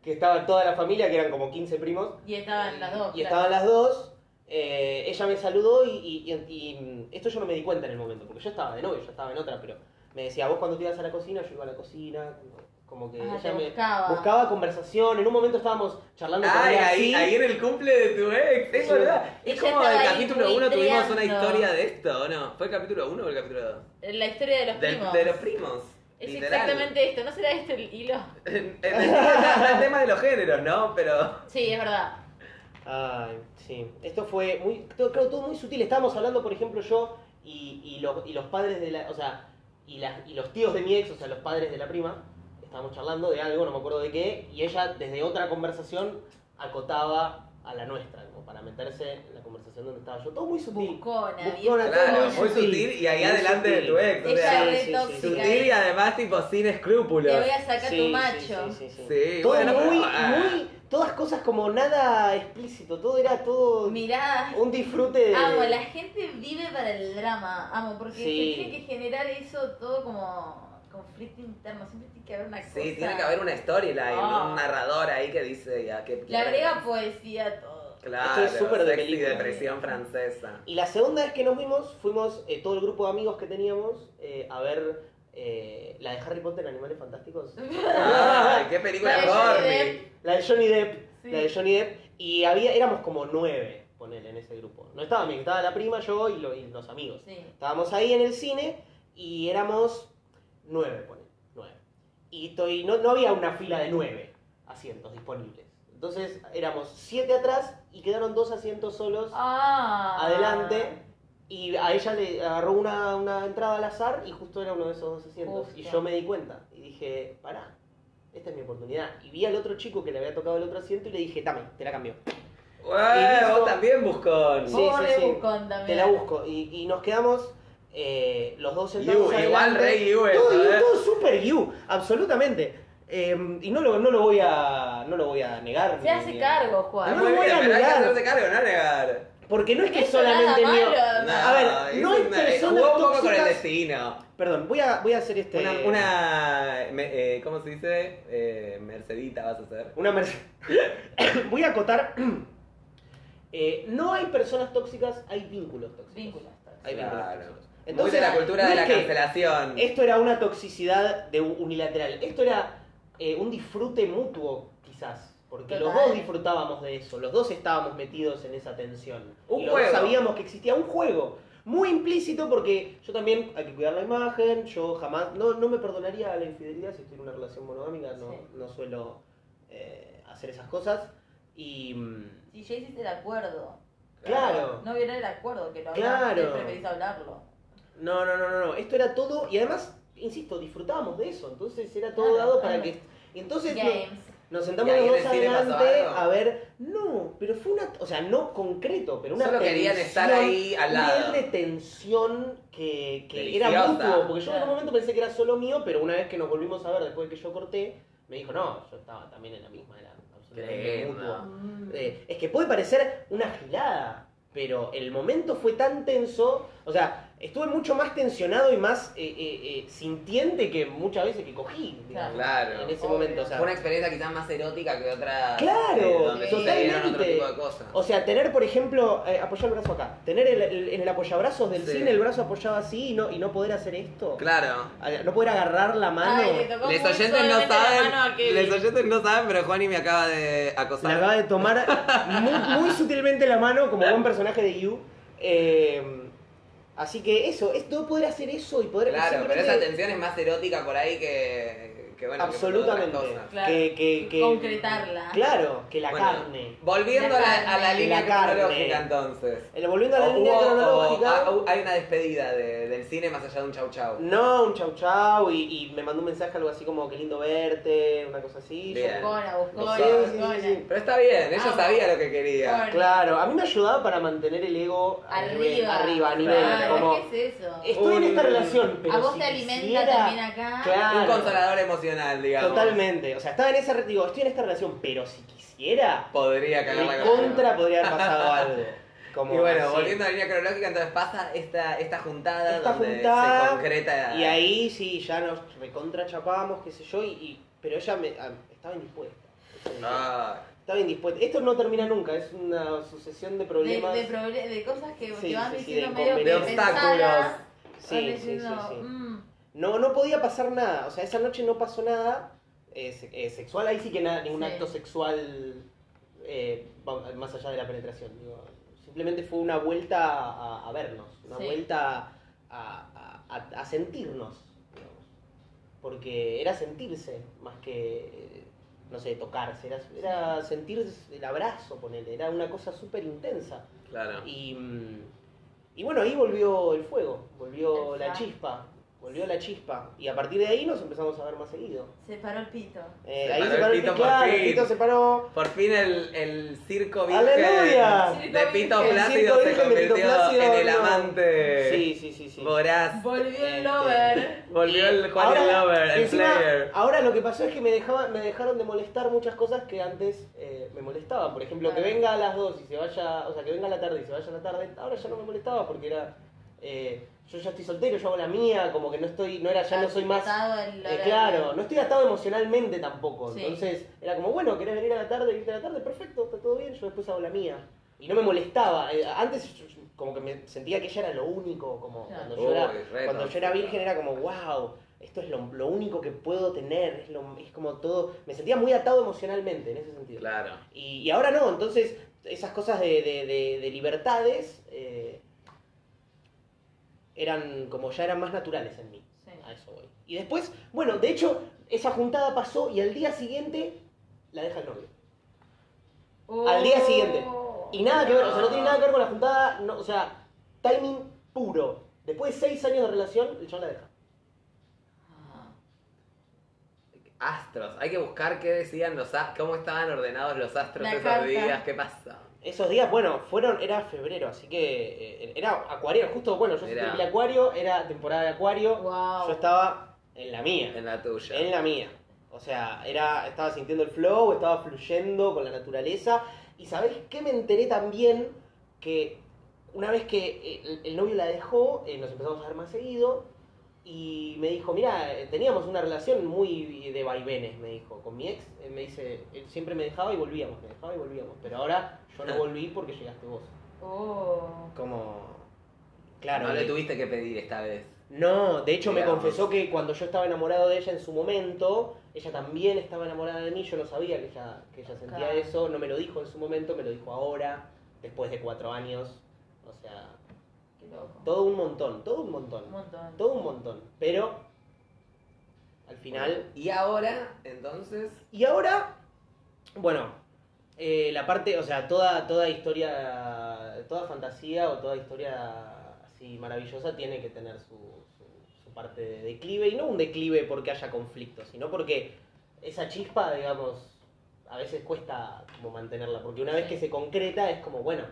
B: que estaba toda la familia, que eran como 15 primos,
C: Y estaban las dos.
B: y
C: claro.
B: estaban las dos. eh, ella me saludó y, y- y- y esto yo no me di cuenta en el momento, porque yo estaba de novio, yo estaba en otra, pero me decía, vos cuando te ibas a la cocina, yo iba a la cocina, como que
C: Ah,
B: ella
C: te
B: eh, me
C: buscaba.
B: buscaba conversación, en un momento estábamos charlando con
A: Ay,
B: ella
A: ahí,
B: así.
A: ahí en el cumple de tu ex, es
B: Sí.
A: verdad. Es
C: Ella
A: como el
C: estaba ahí
A: capítulo
C: muy
A: 1 tuvimos una
C: creando.
A: historia de esto, ¿o no? ¿Fue el capítulo 1 o el capítulo 2?
C: La historia de los primos.
A: De los primos.
C: Es
A: literal.
C: exactamente esto. ¿No será este el hilo?
A: En- en- en el tema de los géneros, ¿no? Pero.
C: Sí, es verdad.
B: Ay, sí. Esto fue muy, todo- creo todo muy sutil. Estábamos hablando, por ejemplo, yo y, y los, y los padres de la, o sea, y, las- y los tíos de mi ex, o sea, los padres de la prima, estábamos charlando de algo, no me acuerdo de qué, y ella desde otra conversación acotaba a la nuestra, como para meterse en la conversación donde estaba yo. Todo muy sutil.
C: Buscona.
B: Buscona,
C: bien.
B: todo
A: Claro, muy sutil y ahí
B: Muy
A: adelante de
B: sutil.
A: tu ex, o
C: Ella
A: sea,
C: es re tóxica.
A: Sutil y además, tipo, sin escrúpulos.
C: Te voy a sacar
B: Sí,
C: tu
B: sí, sí,
C: macho.
B: sí, sí.
A: Sí,
B: Todo
A: bueno,
B: muy,
A: pero, ah.
B: muy, todas cosas como nada explícito, todo era todo
C: Miradas.
B: un disfrute de...
C: Amo, la gente vive para el drama, amo, porque
B: Sí.
C: se tiene que generar eso todo como conflicto interno, siempre tiene que haber una cosa.
A: Sí, tiene que haber una storyline,
C: Ah.
A: un narrador ahí que dice ya que.
C: Le agrega poesía a todo.
A: Claro,
B: Esto es súper de
A: sexy
B: película.
A: depresión francesa.
B: Y la segunda vez que nos vimos, fuimos eh, todo el grupo de amigos que teníamos eh, a ver eh, la de Harry Potter, Animales Fantásticos.
A: Ay, qué película
C: Pero yo quedé-
A: horrible.
B: La de Johnny Depp.
C: Sí.
B: La de Johnny Depp. Y había, éramos como nueve, ponele, en ese grupo. No estaba mi, estaba la prima, yo y, lo- y los amigos.
C: Sí.
B: Estábamos ahí en el cine y éramos nueve, ponele, nueve. Y, to- y no, no había una fila de nueve asientos disponibles. Entonces éramos siete atrás y quedaron dos asientos solos
C: Ah.
B: adelante. Y a ella le agarró una, una entrada al azar y justo era uno de esos dos asientos.
C: Justo.
B: Y yo me di cuenta y dije, pará, esta es mi oportunidad. Y vi al otro chico que le había tocado el otro asiento y le dije, dame, te la cambio.
A: Ué,
B: hizo-
A: vos también buscón.
B: Sí,
C: Vos
B: sí,
C: re
B: sí.
C: buscón también.
B: Te la busco. Y, y nos quedamos eh, los dos sentados
A: Yu, igual
B: adelante.
A: re Yu
B: Todo,
A: eso,
B: Yu,
A: eh.
B: todo super you, absolutamente. Eh, y no lo, no lo voy a no lo voy a negar.
C: Se
B: ni-
C: hace
B: ni-
C: cargo,
A: Ah,
C: Juan.
B: No
A: muy
B: lo voy
A: bien,
B: a
A: pero hay que
B: negar.
A: hacerse cargo, no negar.
B: Porque no es que
C: Eso
B: solamente
C: nada
B: mío.
C: malo.
A: No,
B: A ver, no
A: es
B: hay personas
A: jugó un poco con el
B: tóxicas-
A: destino.
B: Perdón, voy a, voy a hacer este.
A: Una, una me- eh, ¿cómo se dice? Eh, mercedita vas a hacer.
B: Una merce- Voy a acotar. eh, no hay personas tóxicas, hay vínculos tóxicos.
C: Vínculos tóxicos.
B: Hay vínculos
A: Claro.
B: tóxicos.
A: Muy de la cultura
B: no
A: de
B: es
A: la
B: que
A: cancelación.
B: Esto era una toxicidad de unilateral. Esto era eh, un disfrute mutuo, quizás. Porque los
C: Total.
B: dos disfrutábamos de eso. Los dos estábamos metidos en esa tensión.
A: Un
B: y los dos
A: juego.
B: sabíamos que existía un juego. Muy implícito porque yo también hay que cuidar la imagen, yo jamás, no, no me perdonaría la infidelidad si estoy en una relación monogámica, no,
C: Sí.
B: no suelo eh, hacer esas cosas. Y mm,
C: Si ya hiciste el acuerdo.
B: claro,
C: No violar el acuerdo, que lo
B: Claro.
C: hablaste, preferís hablarlo.
B: No, no, no, no, no. Esto era todo, y además, insisto, disfrutábamos de eso. Entonces era todo
C: Claro,
B: dado
C: claro.
B: para que. y Entonces no-
C: Games.
B: nos sentamos
A: ¿Y ahí en
B: los
A: el
B: dos
A: cine pasó
B: adelante
A: algo?
B: a ver. No, pero fue una. O sea, no concreto, pero una.
A: Solo querían
B: tensión,
A: estar ahí al lado.
B: Un nivel de tensión que, que era
A: Deliciosa.
B: mutuo. Porque yo en
C: Claro.
B: algún momento pensé que era solo mío, pero una vez que nos volvimos a ver después de que yo corté, me dijo, no, yo estaba también en la misma, era absolutamente
A: Tremendo.
B: mutuo.
C: Mm.
B: Eh, es que puede parecer una gilada, pero el momento fue tan tenso, o sea, estuve mucho más tensionado y más eh, eh, eh, sintiente que muchas veces que cogí digamos,
A: Claro.
B: en ese
C: Obvio.
B: momento. O sea,
A: Fue una experiencia quizás más erótica que otra. eh,
B: Claro,
A: donde
C: sí.
A: sucedieron otro
B: totalmente.
A: tipo de cosas.
B: o sea, tener, por ejemplo, eh, apoyar el brazo acá, tener el, el- en el apoyabrazos del
A: Sí.
B: cine el brazo apoyado así y no, y no poder hacer esto,
A: Claro.
B: A- no poder agarrar la mano.
C: Ay, le tocó
A: Les
C: muy
A: oyentes no
C: suavemente la
A: saben.
C: mano a Kevin.
A: Les oyentes no saben, pero Juani me acaba de acosar.
B: Le acaba de tomar muy, muy sutilmente la mano como buen personaje de You. Eh, así que eso, es no poder hacer eso y poder...
A: Claro, pero
B: simplemente-
A: esa tensión es más erótica por ahí que, que bueno, que por otras
B: Absolutamente.
A: cosas.
C: Claro.
B: Que, que- que-
C: Concretarla.
B: Claro, que la
A: Bueno,
B: carne.
A: Volviendo a la, a la
C: La
A: línea
B: carne.
A: cronológica entonces.
B: Eh, Volviendo a la
A: O
B: línea
A: hubo-
B: cronológica...
A: o- o- hay una despedida de- del cine más allá de un chau chau.
B: no, un chau chau y, y me mandó un mensaje algo así como que lindo verte, una cosa así. Yo-
A: Bien.
C: Buscona, buscona,
B: Sí, sí, sí,
C: buscona.
B: sí.
A: Pero está bien, ella
C: Vamos.
A: sabía lo que quería.
C: Ah, Bueno.
B: Claro, a mí me ayudaba para mantener el ego a nivel-
C: Arriba.
B: arriba a nivel.
C: Claro,
B: como,
C: es que es eso?
B: estoy en esta
A: Un-
B: relación, pero
C: a vos
B: si
C: te alimenta
B: quisiera-
C: también acá.
B: Claro.
A: Un consolador emocional, digamos.
B: Totalmente. O sea, estaba en esa re- digo, estoy en esta relación, pero si quisiera,
A: Podría cagar la
B: en
A: cabeza.
B: contra podría haber pasado algo. Como
A: Y bueno,
B: así.
A: volviendo a la línea cronológica, entonces pasa esta, esta juntada
B: Esta
A: donde
B: juntada,
A: se concreta.
B: Y ahí sí, ya nos recontrachapamos, qué sé yo, y, y- pero ella me, ah, estaba indispuesta.
A: Ah,
B: Estaba indispuesta. Esto no termina nunca, es una sucesión de
C: De, de,
B: problemas.
C: proble- de cosas que
B: Sí,
C: te van
B: sí, sí,
C: diciendo
B: de
C: medio que
B: inconvenientes.
C: pensaras,
A: obstáculos.
C: van
B: sí, sí, sí,
C: diciendo,
B: sí.
C: ah, "Mm,
B: No, no podía pasar nada. O sea, esa noche no pasó nada eh, se- eh, sexual. Ahí sí que nada, ningún
C: Sí.
B: acto sexual eh, va- más allá de la penetración. digo. simplemente fue una vuelta a, a vernos, una
C: Sí.
B: vuelta a, a- a- a sentirnos. digamos. Porque era sentirse más que, eh, no sé, tocarse. Era, era sentir el abrazo, ponele. Era una cosa súper intensa.
A: claro.
B: Y, mm, y bueno, ahí volvió el fuego, volvió la
C: Exacto.
B: chispa, volvió la chispa. Y a partir de ahí nos empezamos a ver más seguido.
C: se paró el pito.
B: Eh,
A: Se
B: ahí
A: paró
B: se
A: el
B: paró el
A: pito
B: pito,
A: por
B: claro, el
A: fin.
B: pito se paró.
A: Por fin el, el circo virgen
B: ¡Aleluya!
A: de Pito
B: El circo
A: Plácido se
B: virgen de Pito
A: convirtió
B: Plácido,
A: en el
B: no.
A: amante
B: Sí, sí, sí, sí.
A: voraz.
C: Volvió
B: Eh,
C: el lover.
A: Volvió el Juan
B: Ahora-
A: el Lover,
B: y
A: el
B: encima,
A: player.
B: Ahora lo que pasó es que me, dejaba, me dejaron de molestar muchas cosas que antes eh, me molestaban. Por ejemplo, que
C: Claro.
B: venga a las 2 y se vaya, o sea, que venga a la tarde y se vaya a la tarde, ahora ya no me molestaba porque era... eh, yo ya estoy soltero, yo hago la mía, como que no estoy, no era, ya no soy más.
C: Atado el
B: Eh,
C: horario.
B: claro, no estoy atado emocionalmente tampoco.
C: Sí.
B: Entonces era como, bueno, querés venir a la tarde, irte a la tarde, perfecto, está todo bien, yo después hago la mía. Y no me molestaba. eh, Antes yo- yo- como que me sentía que ella era lo único, como
C: Claro.
B: cuando, yo era,
A: Uy, re
B: cuando yo era
A: tóxica.
B: virgen era como, wow, esto es lo, lo único que puedo tener, es, lo- es como todo. Me sentía muy atado emocionalmente en ese sentido.
A: Claro.
B: Y, y ahora no, entonces esas cosas de, de- de- de libertades eh, eran como ya eran más naturales en mí.
C: Sí.
B: A eso voy. Y después, bueno, de hecho, esa juntada pasó y al día siguiente la deja el novio. Al día siguiente. Y nada que ver, o sea, no tiene nada que ver con la juntada, no, o sea, timing puro. Después de seis años de relación, el chabón la deja.
C: Ah.
A: Astros. Hay que buscar qué decían los astros, cómo estaban ordenados los astros
C: La
A: esos
C: carta.
A: días, qué pasa.
B: Esos días, bueno, fueron, era febrero, así que eh, era acuario, justo, bueno, yo soy
A: Era-
B: triple acuario, era temporada de acuario,
C: Wow.
B: yo estaba en la mía.
A: En la tuya.
B: En la mía. O sea, era, estaba sintiendo el flow, estaba fluyendo con la naturaleza. Y sabéis qué me enteré también que una vez que eh, el, el novio la dejó, eh, nos empezamos a ver más seguido. Y me dijo, mira, eh, teníamos una relación muy de vaivenes, me dijo, con mi ex. eh, me dice, él siempre me dejaba y volvíamos, me dejaba y volvíamos. Pero ahora yo no volví porque llegaste vos.
C: Oh.
B: Como... Claro.
A: no le
B: y-
A: tuviste que pedir esta vez.
B: no, de hecho me
A: Digamos.
B: confesó que cuando yo estaba enamorado de ella en su momento, ella también estaba enamorada de mí, yo no sabía que ella, que ella sentía
C: Claro.
B: eso, no me lo dijo en su momento, me lo dijo ahora, después de cuatro años, o sea,
C: Qué loco.
B: todo un montón, todo un montón,
C: Un montón.
B: todo un montón, pero al final...
A: Y ahora, entonces.
B: Y ahora, bueno, eh, la parte, o sea, toda, toda historia, toda fantasía o toda historia así maravillosa tiene que tener su, su- su parte de declive. Y no un declive porque haya conflicto, sino porque esa chispa, digamos, a veces cuesta como mantenerla. Porque una vez que se concreta es como, bueno,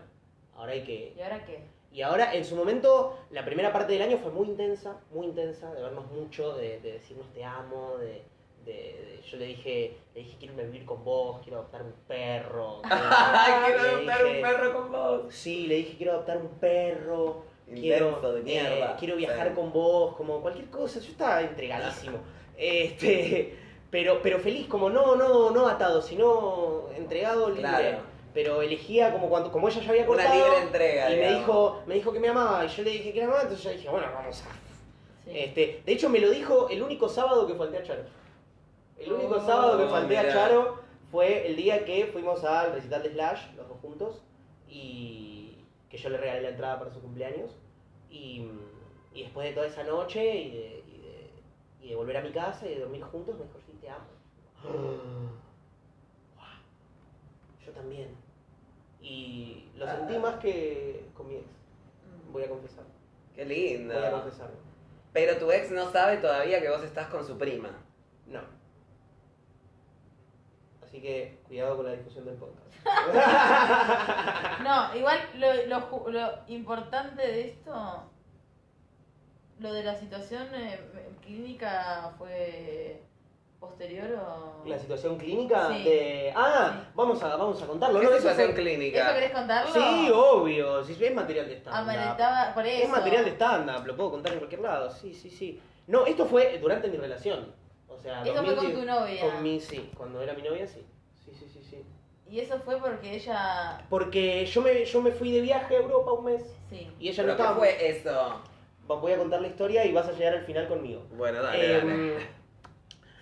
B: ahora hay que,
C: ¿Y ahora qué?
B: y ahora, en su momento, la primera parte del año fue muy intensa, muy intensa, de vernos mucho, de, de decirnos te amo, de, de- de- yo le dije, le dije quiero irme a vivir con vos, quiero adoptar un perro.
A: ¡Ay, quiero
B: Le
A: adoptar un
B: dije-
A: perro con vos!
B: Sí, le dije quiero adoptar un perro,
A: Intenso
B: quiero,
A: de mierda.
B: eh, quiero viajar
A: Sí.
B: con vos, como cualquier cosa, yo estaba entregadísimo. Este, pero, pero feliz, como no, no, no atado, sino entregado libre.
A: Claro.
B: Pero elegía como cuando, como ella ya había
A: Una
B: cortado.
A: libre entrega.
B: Y me
A: digamos.
B: dijo, me dijo que me amaba y yo le dije que la amaba, entonces yo dije, bueno, vamos a...
C: Sí.
B: Este, de hecho, me lo dijo el único sábado que falté a Charo. El único
C: Oh,
B: sábado que falté a
A: mirá.
B: Charo fue el día que fuimos al recital de Slash, los dos juntos, y que yo le regalé la entrada para su cumpleaños. Y, y después de toda esa noche y de, y de- y de volver a mi casa y de dormir juntos, me dijo, sí, te amo. Yo también. Y lo
C: Ah.
B: sentí más que con mi ex.
C: Mm.
B: Voy a confesar.
A: Qué
B: Voy a
A: lindo.
B: confesarlo.
A: Pero tu ex no sabe todavía que vos estás con su prima.
B: No. Así que cuidado con la discusión del podcast.
C: No, igual lo, lo ju- lo importante de esto, lo de la situación eh, clínica fue posterior o...
B: La situación clínica
C: Sí.
B: de. Ah,
C: Sí.
B: vamos a, vamos a contarlo,
A: ¿Qué
B: ¿no? Eso
A: situación
B: fue-
A: clínica?
C: ¿Eso querés contarlo?
B: Sí, obvio. Si es material de stand-up.
C: Ameritaba, por eso.
B: Es material de stand-up, lo puedo contar en cualquier lado. Sí, sí, sí. No, esto fue durante mi relación. O sea,
C: Eso fue con
B: 2010
C: tu novia.
B: Con mi, sí. Cuando era mi novia, sí. Sí, sí, sí, sí.
C: Y eso fue porque ella...
B: Porque yo me, yo me fui de viaje a Europa un mes
C: Sí.
B: y ella
A: ¿Pero
B: no
A: qué
B: estaba.
A: fue eso?
B: Va- Voy a contar la historia y vas a llegar al final conmigo.
A: Bueno, dale, dale.
B: Em,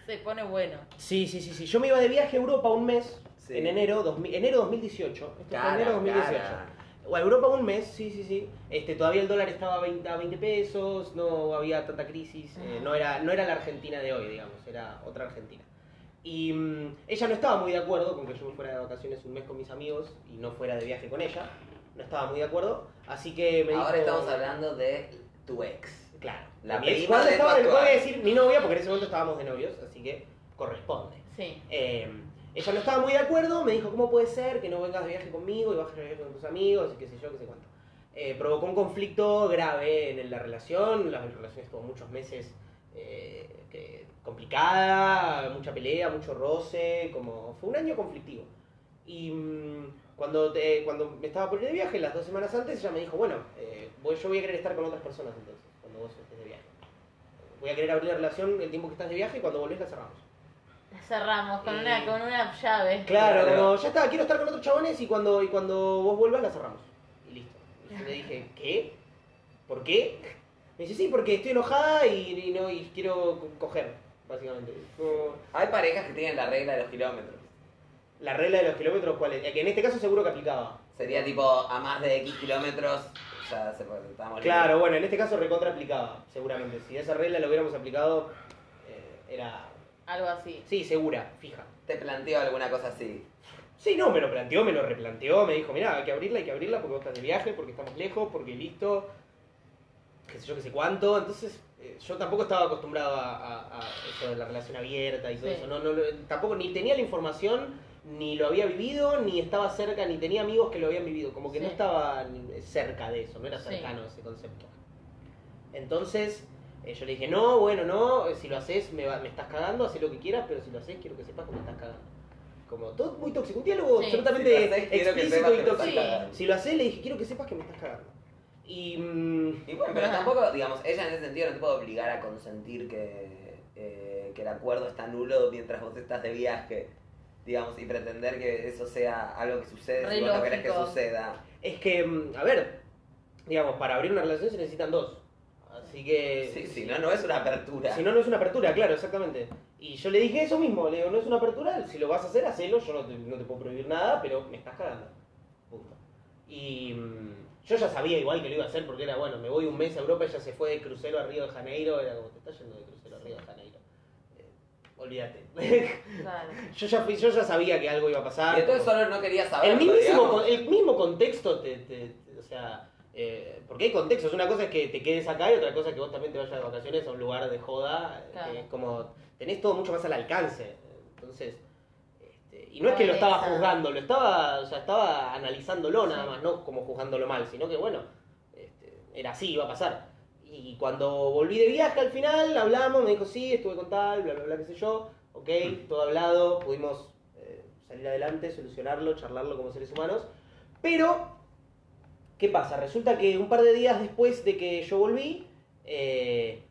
C: Se pone bueno.
B: Sí, sí, sí, sí. Yo me iba de viaje a Europa un mes,
A: Sí.
B: en enero, 2000 enero 2018. Esto Este fue
A: Cara,
B: enero 2018.
A: cara.
B: O a Europa un mes, sí, sí, sí. Este, todavía el dólar estaba a 20, a 20 pesos, no había tanta crisis, eh, no, era, no era la Argentina de hoy, digamos, era otra Argentina. Y mm, ella no estaba muy de acuerdo con que yo me fuera de vacaciones un mes con mis amigos y no fuera de viaje con ella. No estaba muy de acuerdo, así que me
A: Ahora
B: dijo-
A: estamos hablando de tu ex.
B: Claro.
A: La
B: mi ex-
A: prima
B: cuando
A: de tu
B: estaba, le
A: actual.
B: voy a decir mi novia, porque en ese momento estábamos de novios, así que corresponde.
C: Sí.
B: Eh, ella no estaba muy de acuerdo, me dijo, ¿cómo puede ser que no vengas de viaje conmigo y bajes de viaje con tus amigos y qué sé yo, qué sé cuánto? Eh, provocó un conflicto grave en la relación, la relación estuvo muchos meses eh, que- complicada, mucha pelea, mucho roce, como fue un año conflictivo. Y mm, cuando, te- cuando me estaba por ir de viaje, las dos semanas antes, ella me dijo, bueno, eh, voy- yo voy a querer estar con otras personas entonces, cuando cuando vos estés de viaje. Voy a querer abrir la relación el tiempo que estás de viaje y cuando volvés la cerramos.
C: La cerramos con,
B: Y-
C: una, con una llave.
B: Claro,
A: Claro.
B: como, ya está, quiero estar con otros chabones y cuando, y cuando vos vuelvas la cerramos. Y listo. Y yo le dije, ¿qué? ¿Por qué? Me dice, sí, porque estoy enojada y, y no, y quiero co- coger, básicamente. Como,
A: Hay parejas que tienen la regla de los kilómetros.
B: la regla de los kilómetros, ¿cuál es? Que en este caso seguro que aplicaba.
A: Sería tipo a más de X kilómetros, ya se puede- estamos libres.
B: Claro, bueno, en este caso recontra aplicaba, seguramente. Si esa regla la hubiéramos aplicado, eh, era...
C: Algo así.
B: Sí, segura, fija.
A: Te planteo alguna cosa así.
B: Sí, no, me lo planteó, me lo replanteó, me dijo, mirá, hay que abrirla, hay que abrirla porque vos estás de viaje, porque estamos lejos, porque listo, qué sé yo, qué sé cuánto. Entonces, eh, yo tampoco estaba acostumbrado a, a- a eso de la relación abierta y todo
C: Sí.
B: eso. No, no, lo- tampoco ni tenía la información, ni lo había vivido, ni estaba cerca, ni tenía amigos que lo habían vivido. Como que no
C: Sí.
B: estaba ni- cerca de eso, no era
C: Sí.
B: cercano a ese concepto. Entonces, eh, yo le dije, no, bueno, no, eh, si lo haces me, va- me estás cagando, haz lo que quieras, pero si lo haces quiero que sepas que me estás cagando. Como todo muy tóxico, un diálogo
C: Sí.
B: absolutamente
A: Si lo hacés, quiero que
B: explícito
A: sepas que
B: y
A: me estás
B: tóxico.
A: cagando.
B: Si lo haces, le dije, quiero que sepas que me estás cagando. Y... mm,
A: Y bueno, pero
C: Ajá.
A: tampoco, digamos, ella en ese sentido no te puede obligar a consentir que, eh, que el acuerdo está nulo mientras vos estás de viaje, digamos, y pretender que eso sea algo que sucede
C: Re
A: si vos no querés que
C: lógico.
A: suceda.
B: Es que, mm, a ver, digamos, para abrir una relación se necesitan dos. Así que.
A: Sí, si no, no es una apertura.
B: Si no, no es una apertura, claro, exactamente. Y yo le dije eso mismo, le digo, no es una apertura, si lo vas a hacer, hacelo, yo no te, no te puedo prohibir nada, pero me estás cagando. Punto. Y mm, yo ya sabía igual que lo iba a hacer porque era, bueno, me voy un mes a Europa, ella se fue de crucero a Río de Janeiro, era como, te estás yendo de crucero a Río de Janeiro. Eh, olvídate.
C: Claro.
B: yo, ya fui- yo ya sabía que algo iba a pasar.
A: Y entonces
B: como-
A: solo no quería saber.
B: el mismo, con- el mismo contexto te, te- te- o sea, eh, porque hay contextos, una cosa es que te quedes acá y otra cosa es que vos también te vayas de vacaciones a un lugar de joda, eh,
C: Claro.
B: que es como, tenés todo mucho más al alcance, entonces, este, y no es que lo
C: Cabeza.
B: estaba juzgando, lo estaba, o sea, estaba analizándolo nada
C: Sí.
B: más, no como juzgándolo mal, sino que bueno, este, era así, iba a pasar. Y cuando volví de viaje al final, hablamos, me dijo, sí, estuve con tal, bla, bla, bla, qué sé yo. Ok, todo hablado, pudimos eh, salir adelante, solucionarlo, charlarlo como seres humanos. Pero, ¿qué pasa? Resulta que un par de días después de que yo volví, eh,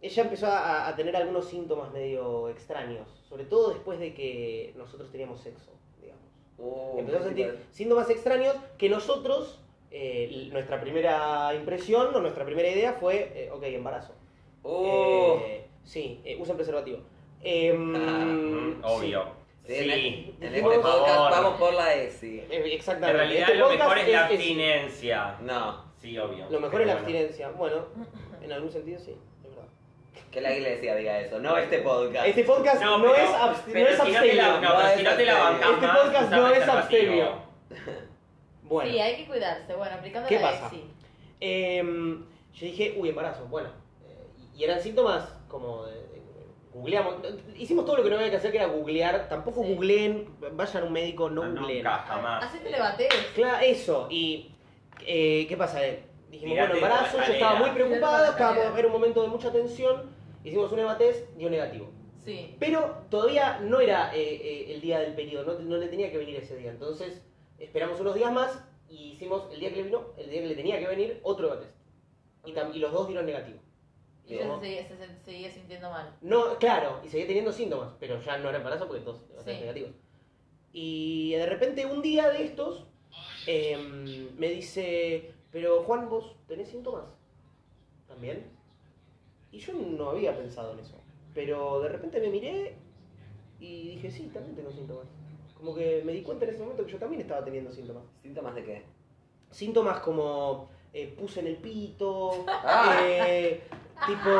B: ella empezó a, a tener algunos síntomas medio extraños, sobre todo después de que nosotros teníamos sexo, digamos.
A: Uh,
B: Empezó a sentir síntomas extraños que nosotros, eh, l- nuestra primera impresión o nuestra primera idea fue, eh, ok, embarazo.
D: Oh.
A: Uh,
B: Eh, sí, eh, usen preservativo. Em,
D: Mm,
B: sí.
A: sí,
D: obvio.
A: en-
D: Sí.
A: En,
B: Por
A: este podcast
D: favor.
A: vamos por la E, ESI.
B: Eh,
D: En
B: exactamente.
D: realidad
B: Este
D: lo
B: podcast
D: mejor es la
B: es-
D: abstinencia.
A: No,
D: Sí, obvio.
B: Lo mejor
D: Pero
B: es la
D: bueno.
B: abstinencia. Bueno, en algún sentido sí, es verdad.
A: que la iglesia diga eso, no este podcast.
B: Este podcast no,
D: No, pero-
B: es, abst-
D: pero
B: no es
D: si no te la-
B: abstemio.
D: No, pero si no te la bancás
B: Este
D: más,
B: podcast
D: usa
B: no es
D: preservativo.
B: abstemio. Bueno,
C: Sí, hay que cuidarse. Bueno, aplicando
B: ¿Qué
C: la
B: pasa?
C: ESI.
B: em, yo dije, uy, embarazo, bueno. Eh, y eran síntomas como de, de- googleamos. Hicimos todo lo que no había que hacer, que era googlear. Tampoco
C: Sí.
B: googleen, vayan a un médico,
D: Ah,
B: no googleen.
D: Nunca, jamás.
C: Así te levantes.
B: Claro, eso. Y, eh, ¿qué pasa? Eh, Dijimos,
D: Tirate
B: bueno, embarazo,
D: por la
B: yo estaba muy
D: escalera.
B: preocupada,
C: Tirate por la
B: estábamos,
C: escalera.
B: era un momento de mucha tensión. Hicimos un evatez, dio negativo.
C: Sí.
B: Pero todavía no era eh, eh, el día del periodo, no, no le tenía que venir ese día. Entonces esperamos unos días más y hicimos el día que le vino, el día que le tenía que venir, otro evatez. Y, tam- y los dos dieron negativo.
C: Y yo se seguía, se- se seguía sintiendo mal.
B: No, claro, y seguía teniendo síntomas, pero ya no era embarazo porque todos eran
C: Sí.
B: negativos. Y de repente un día de estos em, me dice, pero Juan, ¿vos tenés síntomas? ¿También? Y yo no había pensado en eso, pero de repente me miré y dije, sí, también tengo síntomas. Como que me di cuenta en ese momento que yo también estaba teniendo síntomas.
A: ¿Síntomas de qué?
B: Síntomas como eh, pus en el pito,
A: Ah.
B: eh, tipo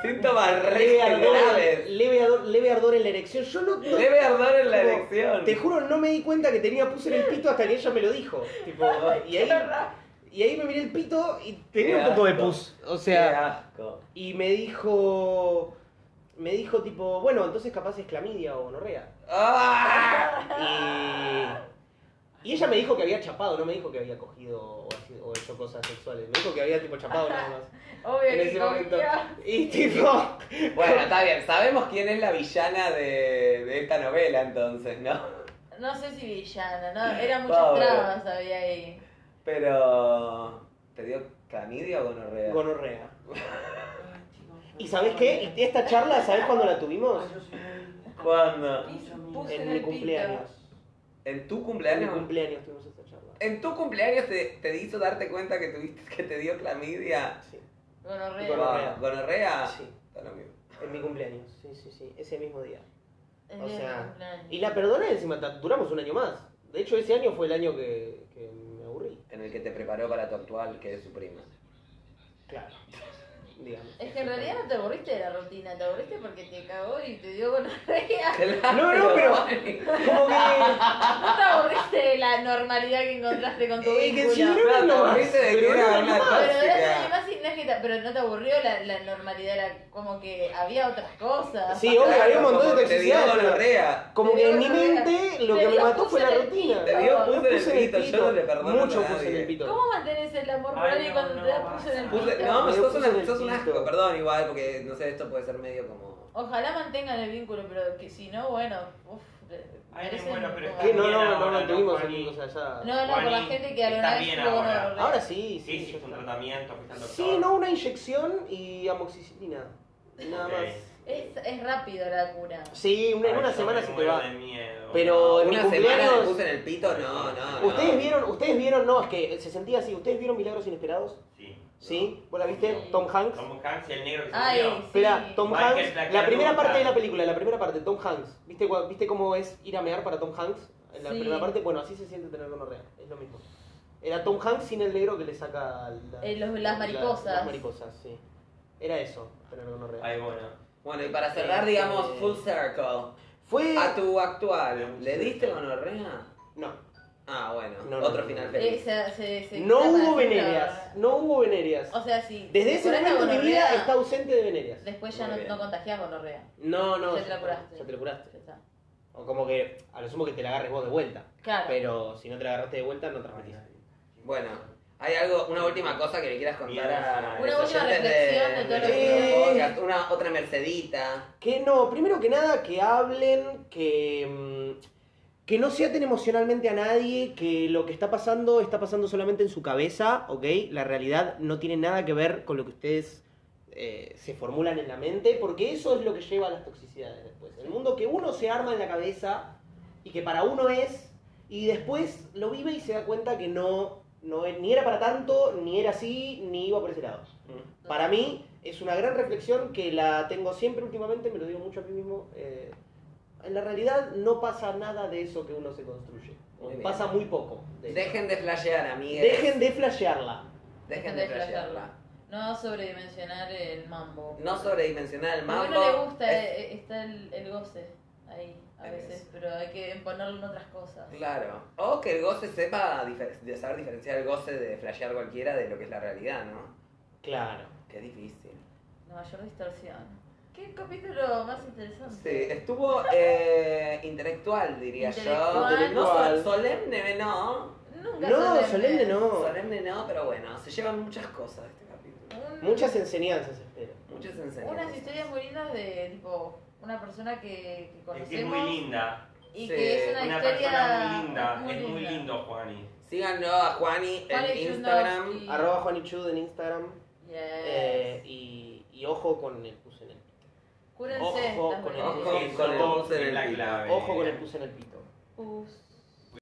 A: Síntomas re
B: leve ardor,
A: graves.
B: leve ardor, leve ardor en la erección. Yo no, no-
A: Debe ardor en la
B: Como,
A: elección.
B: te juro, no me di cuenta que tenía pus en el pito hasta que ella me lo dijo. Tipo, y ahí, y ahí me miré el pito y tenía
A: Qué
B: un poco de
A: asco.
B: pus. O
A: Qué
B: sea,
A: asco.
B: y me dijo, me dijo tipo, bueno, entonces capaz es clamidia o gonorrea.
A: ¡Ah!
B: Y, y ella me dijo que había chapado, no me dijo que había cogido o, así- o hecho cosas sexuales. Me dijo que había tipo chapado nada más.
C: Obvio
B: En
C: que
B: ese momento.
C: cogía.
B: Y tipo,
A: Bueno, está bien. Sabemos quién es la villana de, de esta novela, entonces, ¿no?
C: No sé si villana, ¿no? Eran muchas
A: Pobre.
C: trabas había ahí.
A: Pero. ¿Te dio clamidia o gonorrea?
B: gonorrea. ¿Y sabes qué? Y esta charla, ¿sabes cuándo la tuvimos?
A: ¿Cuándo?
C: Puse
B: En
C: en
B: mi
C: el
B: cumpleaños.
A: ¿En tu
B: En mi
A: cumpleaños?
B: cumpleaños tuvimos esta charla.
A: ¿En tu cumpleaños te, te hizo darte cuenta que tuviste que te dio clamidia?
B: Sí.
C: Gonorrea.
B: Gonorrea.
A: Wow, ¿Gonorrea?
B: Ah, Sí.
A: Está lo mismo.
B: En mi cumpleaños. Sí, sí, sí. Ese mismo día.
C: El
B: O
C: día de mi
B: sea,
C: cumpleaños.
B: y la perdoné encima, ta- duramos un año más. De hecho, ese año fue el año que, que me aburrí.
A: En el que te preparó para tu actual, que es su prima.
B: Claro. Digamos.
C: Es que en realidad no te aburriste de la rutina, te aburriste porque te cagó y te dio gonorrea.
B: No, no, pero como que...
C: No te aburriste de la normalidad que encontraste con tu
B: Eh, que
C: vínculo.
B: si no
C: pero,
B: era
A: Claro,
B: nomás,
A: viste de que
B: pero
A: era
B: era
A: una
B: nomás.
A: tóxica.
C: gracias a Dios, no es que te- pero no te aburrió la, la normalidad, era como que había otras cosas.
B: Sí, obvio, había un montón de
A: Te dio
B: toxicidad. pero
A: gonorrea.
B: Como que en mi
C: Te dio gonorrea.
B: mente lo
C: Te
B: que me
C: dio
B: mató fue la
C: pus en el
B: rutina.
C: pito.
A: Te dio pus
B: Yo
A: en el
B: puse
A: pito, yo no le perdono
B: Mucho
A: a
B: puse en
A: nadie.
B: el pito.
C: ¿Cómo mantenés el amor por
D: Ay,
C: alguien
D: no,
C: cuando
D: no,
C: te da
D: basta.
C: pus en el
A: Puse-
C: pito?
A: no,
B: Me
A: sos,
B: puse
A: una-
B: en el
A: sos un asco,
B: pito.
A: perdón, igual, porque no sé, esto puede ser medio como.
C: Ojalá mantengan el vínculo, pero que si no, bueno, uff.
D: Ay, bueno, pero es
B: ¿Qué? No,
D: Bien
B: no, no
D: ahora,
B: mantuvimos
D: ¿no,
B: en
D: Juani?
B: o sea, ya...
C: No, no, por la
D: Juanín,
C: gente que alguna
D: estás
C: vez
D: bien
C: tuvo
D: ahora.
C: gonorrea.
B: Ahora sí,
D: Sí,
B: sí. ya
D: hiciste un
B: está.
D: tratamiento, fuiste al doctor.
B: Sí, no, una inyección y amoxicilina. Nada
D: Ok.
B: más.
C: Es, es rápido la cura.
B: Sí, una, en
D: Ay,
B: una
D: yo
B: semana
D: me
B: se te
D: muero
B: va.
D: de miedo.
B: Pero- en mi
A: Una semana
B: cumpleaños-
A: le puse en el pito, no, no. no.
B: Ustedes vieron, ustedes vieron, no, es que se sentía así, ustedes vieron Milagros Inesperados,
D: Sí.
B: ¿sí? ¿Vos la viste?
C: Sí.
B: Tom Hanks.
D: Tom Hanks y el negro que se
C: Ay,
D: murió.
B: Espera, Tom
D: Michael
B: Hanks,
D: Jackson
B: la primera
D: nunca.
B: parte de la película, la primera parte, Tom Hanks. ¿Viste, cua- ¿Viste cómo es ir a mear para Tom Hanks? En la
C: Sí.
B: primera parte, bueno, así se siente tener gonorrea, es lo mismo. Era Tom Hanks sin el negro que le saca la-
C: Eh, los- las
B: la-
C: mariposas.
B: las mariposas, sí. Era eso, tener gonorrea.
D: Ay, bueno.
A: Bueno, y para
B: este,
A: cerrar, digamos, full circle.
B: Fue...
A: A tu actual, ¿le diste gonorrea?
B: No,
A: Ah, bueno,
B: No, no,
A: otro
B: no.
A: final
C: Eh,
A: feliz.
C: se- se- se-
B: no
C: se-
B: hubo
C: se-
B: venerias, no hubo venerias.
C: O sea, sí.
B: Desde ese
C: curás la
B: momento mi vida
C: gonorrea,
B: está ausente de venerias.
C: Después ya
A: Muy
C: no,
A: bien.
C: no contagiás gonorrea.
B: No, no.
C: Ya te la curaste.
B: Ya te la
C: Ya
B: curaste.
C: está.
B: O como que, a lo sumo que te la agarres vos de vuelta.
C: Claro.
B: Pero si no te la agarraste de vuelta, no transmitís.
A: Bueno, hay algo, una última cosa que le quieras contar a
D: Una
A: los
C: última
A: oyentes
C: reflexión de todo
B: lo que-
A: nuestro podcast? Una otra mercedita.
B: Que no, primero que nada, que hablen, que. mm, Que no se aten emocionalmente a nadie, que lo que está pasando está pasando solamente en su cabeza, ¿ok? La realidad no tiene nada que ver con lo que ustedes eh, se formulan en la mente, porque eso es lo que lleva a las toxicidades después. El mundo que uno se arma en la cabeza y que para uno es, y después lo vive y se da cuenta que no, no es- ni era para tanto, ni era así, ni iba por ese lado. Para mí es una gran reflexión que la tengo siempre últimamente, me lo digo mucho a mí mismo. eh, en la realidad no pasa nada de eso que uno se construye. Eh,
A: Muy bien.
B: pasa muy poco. de eso.
A: Dejen de flashear, amigues.
B: Dejen de flashearla.
A: Dejen de flashearla.
C: No sobredimensionar el mambo.
A: No sobredimensionar el
C: A
A: mambo.
C: uno le gusta,
A: Es-
C: eh, eh, está el, el goce ahí a
A: El
C: veces,
A: goce.
C: pero hay que ponerlo en otras cosas.
A: Claro. O que el goce sepa difer- de saber diferenciar el goce de flashear cualquiera de lo que es la realidad, ¿no?
B: Claro.
A: Qué difícil.
C: La mayor distorsión. ¿Qué capítulo más interesante?
A: Sí, estuvo eh, intelectual, diría
C: Intelectual.
A: yo. No so- solemne, no.
C: Nunca
B: No, solemne no.
A: Solemne no, pero bueno, se llevan muchas cosas de este capítulo.
C: Un-
B: Muchas enseñanzas espero.
A: Muchas enseñanzas.
C: Unas historias muy lindas de tipo una persona que, que
D: Es
C: conocemos
D: que es muy linda.
C: y
A: Sí,
C: que es una,
D: Una
C: historia
D: persona muy linda.
C: muy
D: es muy
C: linda.
D: lindo, Juani.
A: Síganlo a Juani en
C: Juani
A: Instagram.
C: Chudnovsky.
B: Arroba Juanichud en Instagram.
C: Yes.
B: eh, y, y ojo con el pus en el
C: Cúrense
B: ojo
C: estas
B: con el-
C: vergüenzas.
A: Ojo con el
D: Eso
A: pus en
D: es
A: el
D: la
A: pito.
D: clave.
B: Ojo con el pus en el pito.
C: Pus.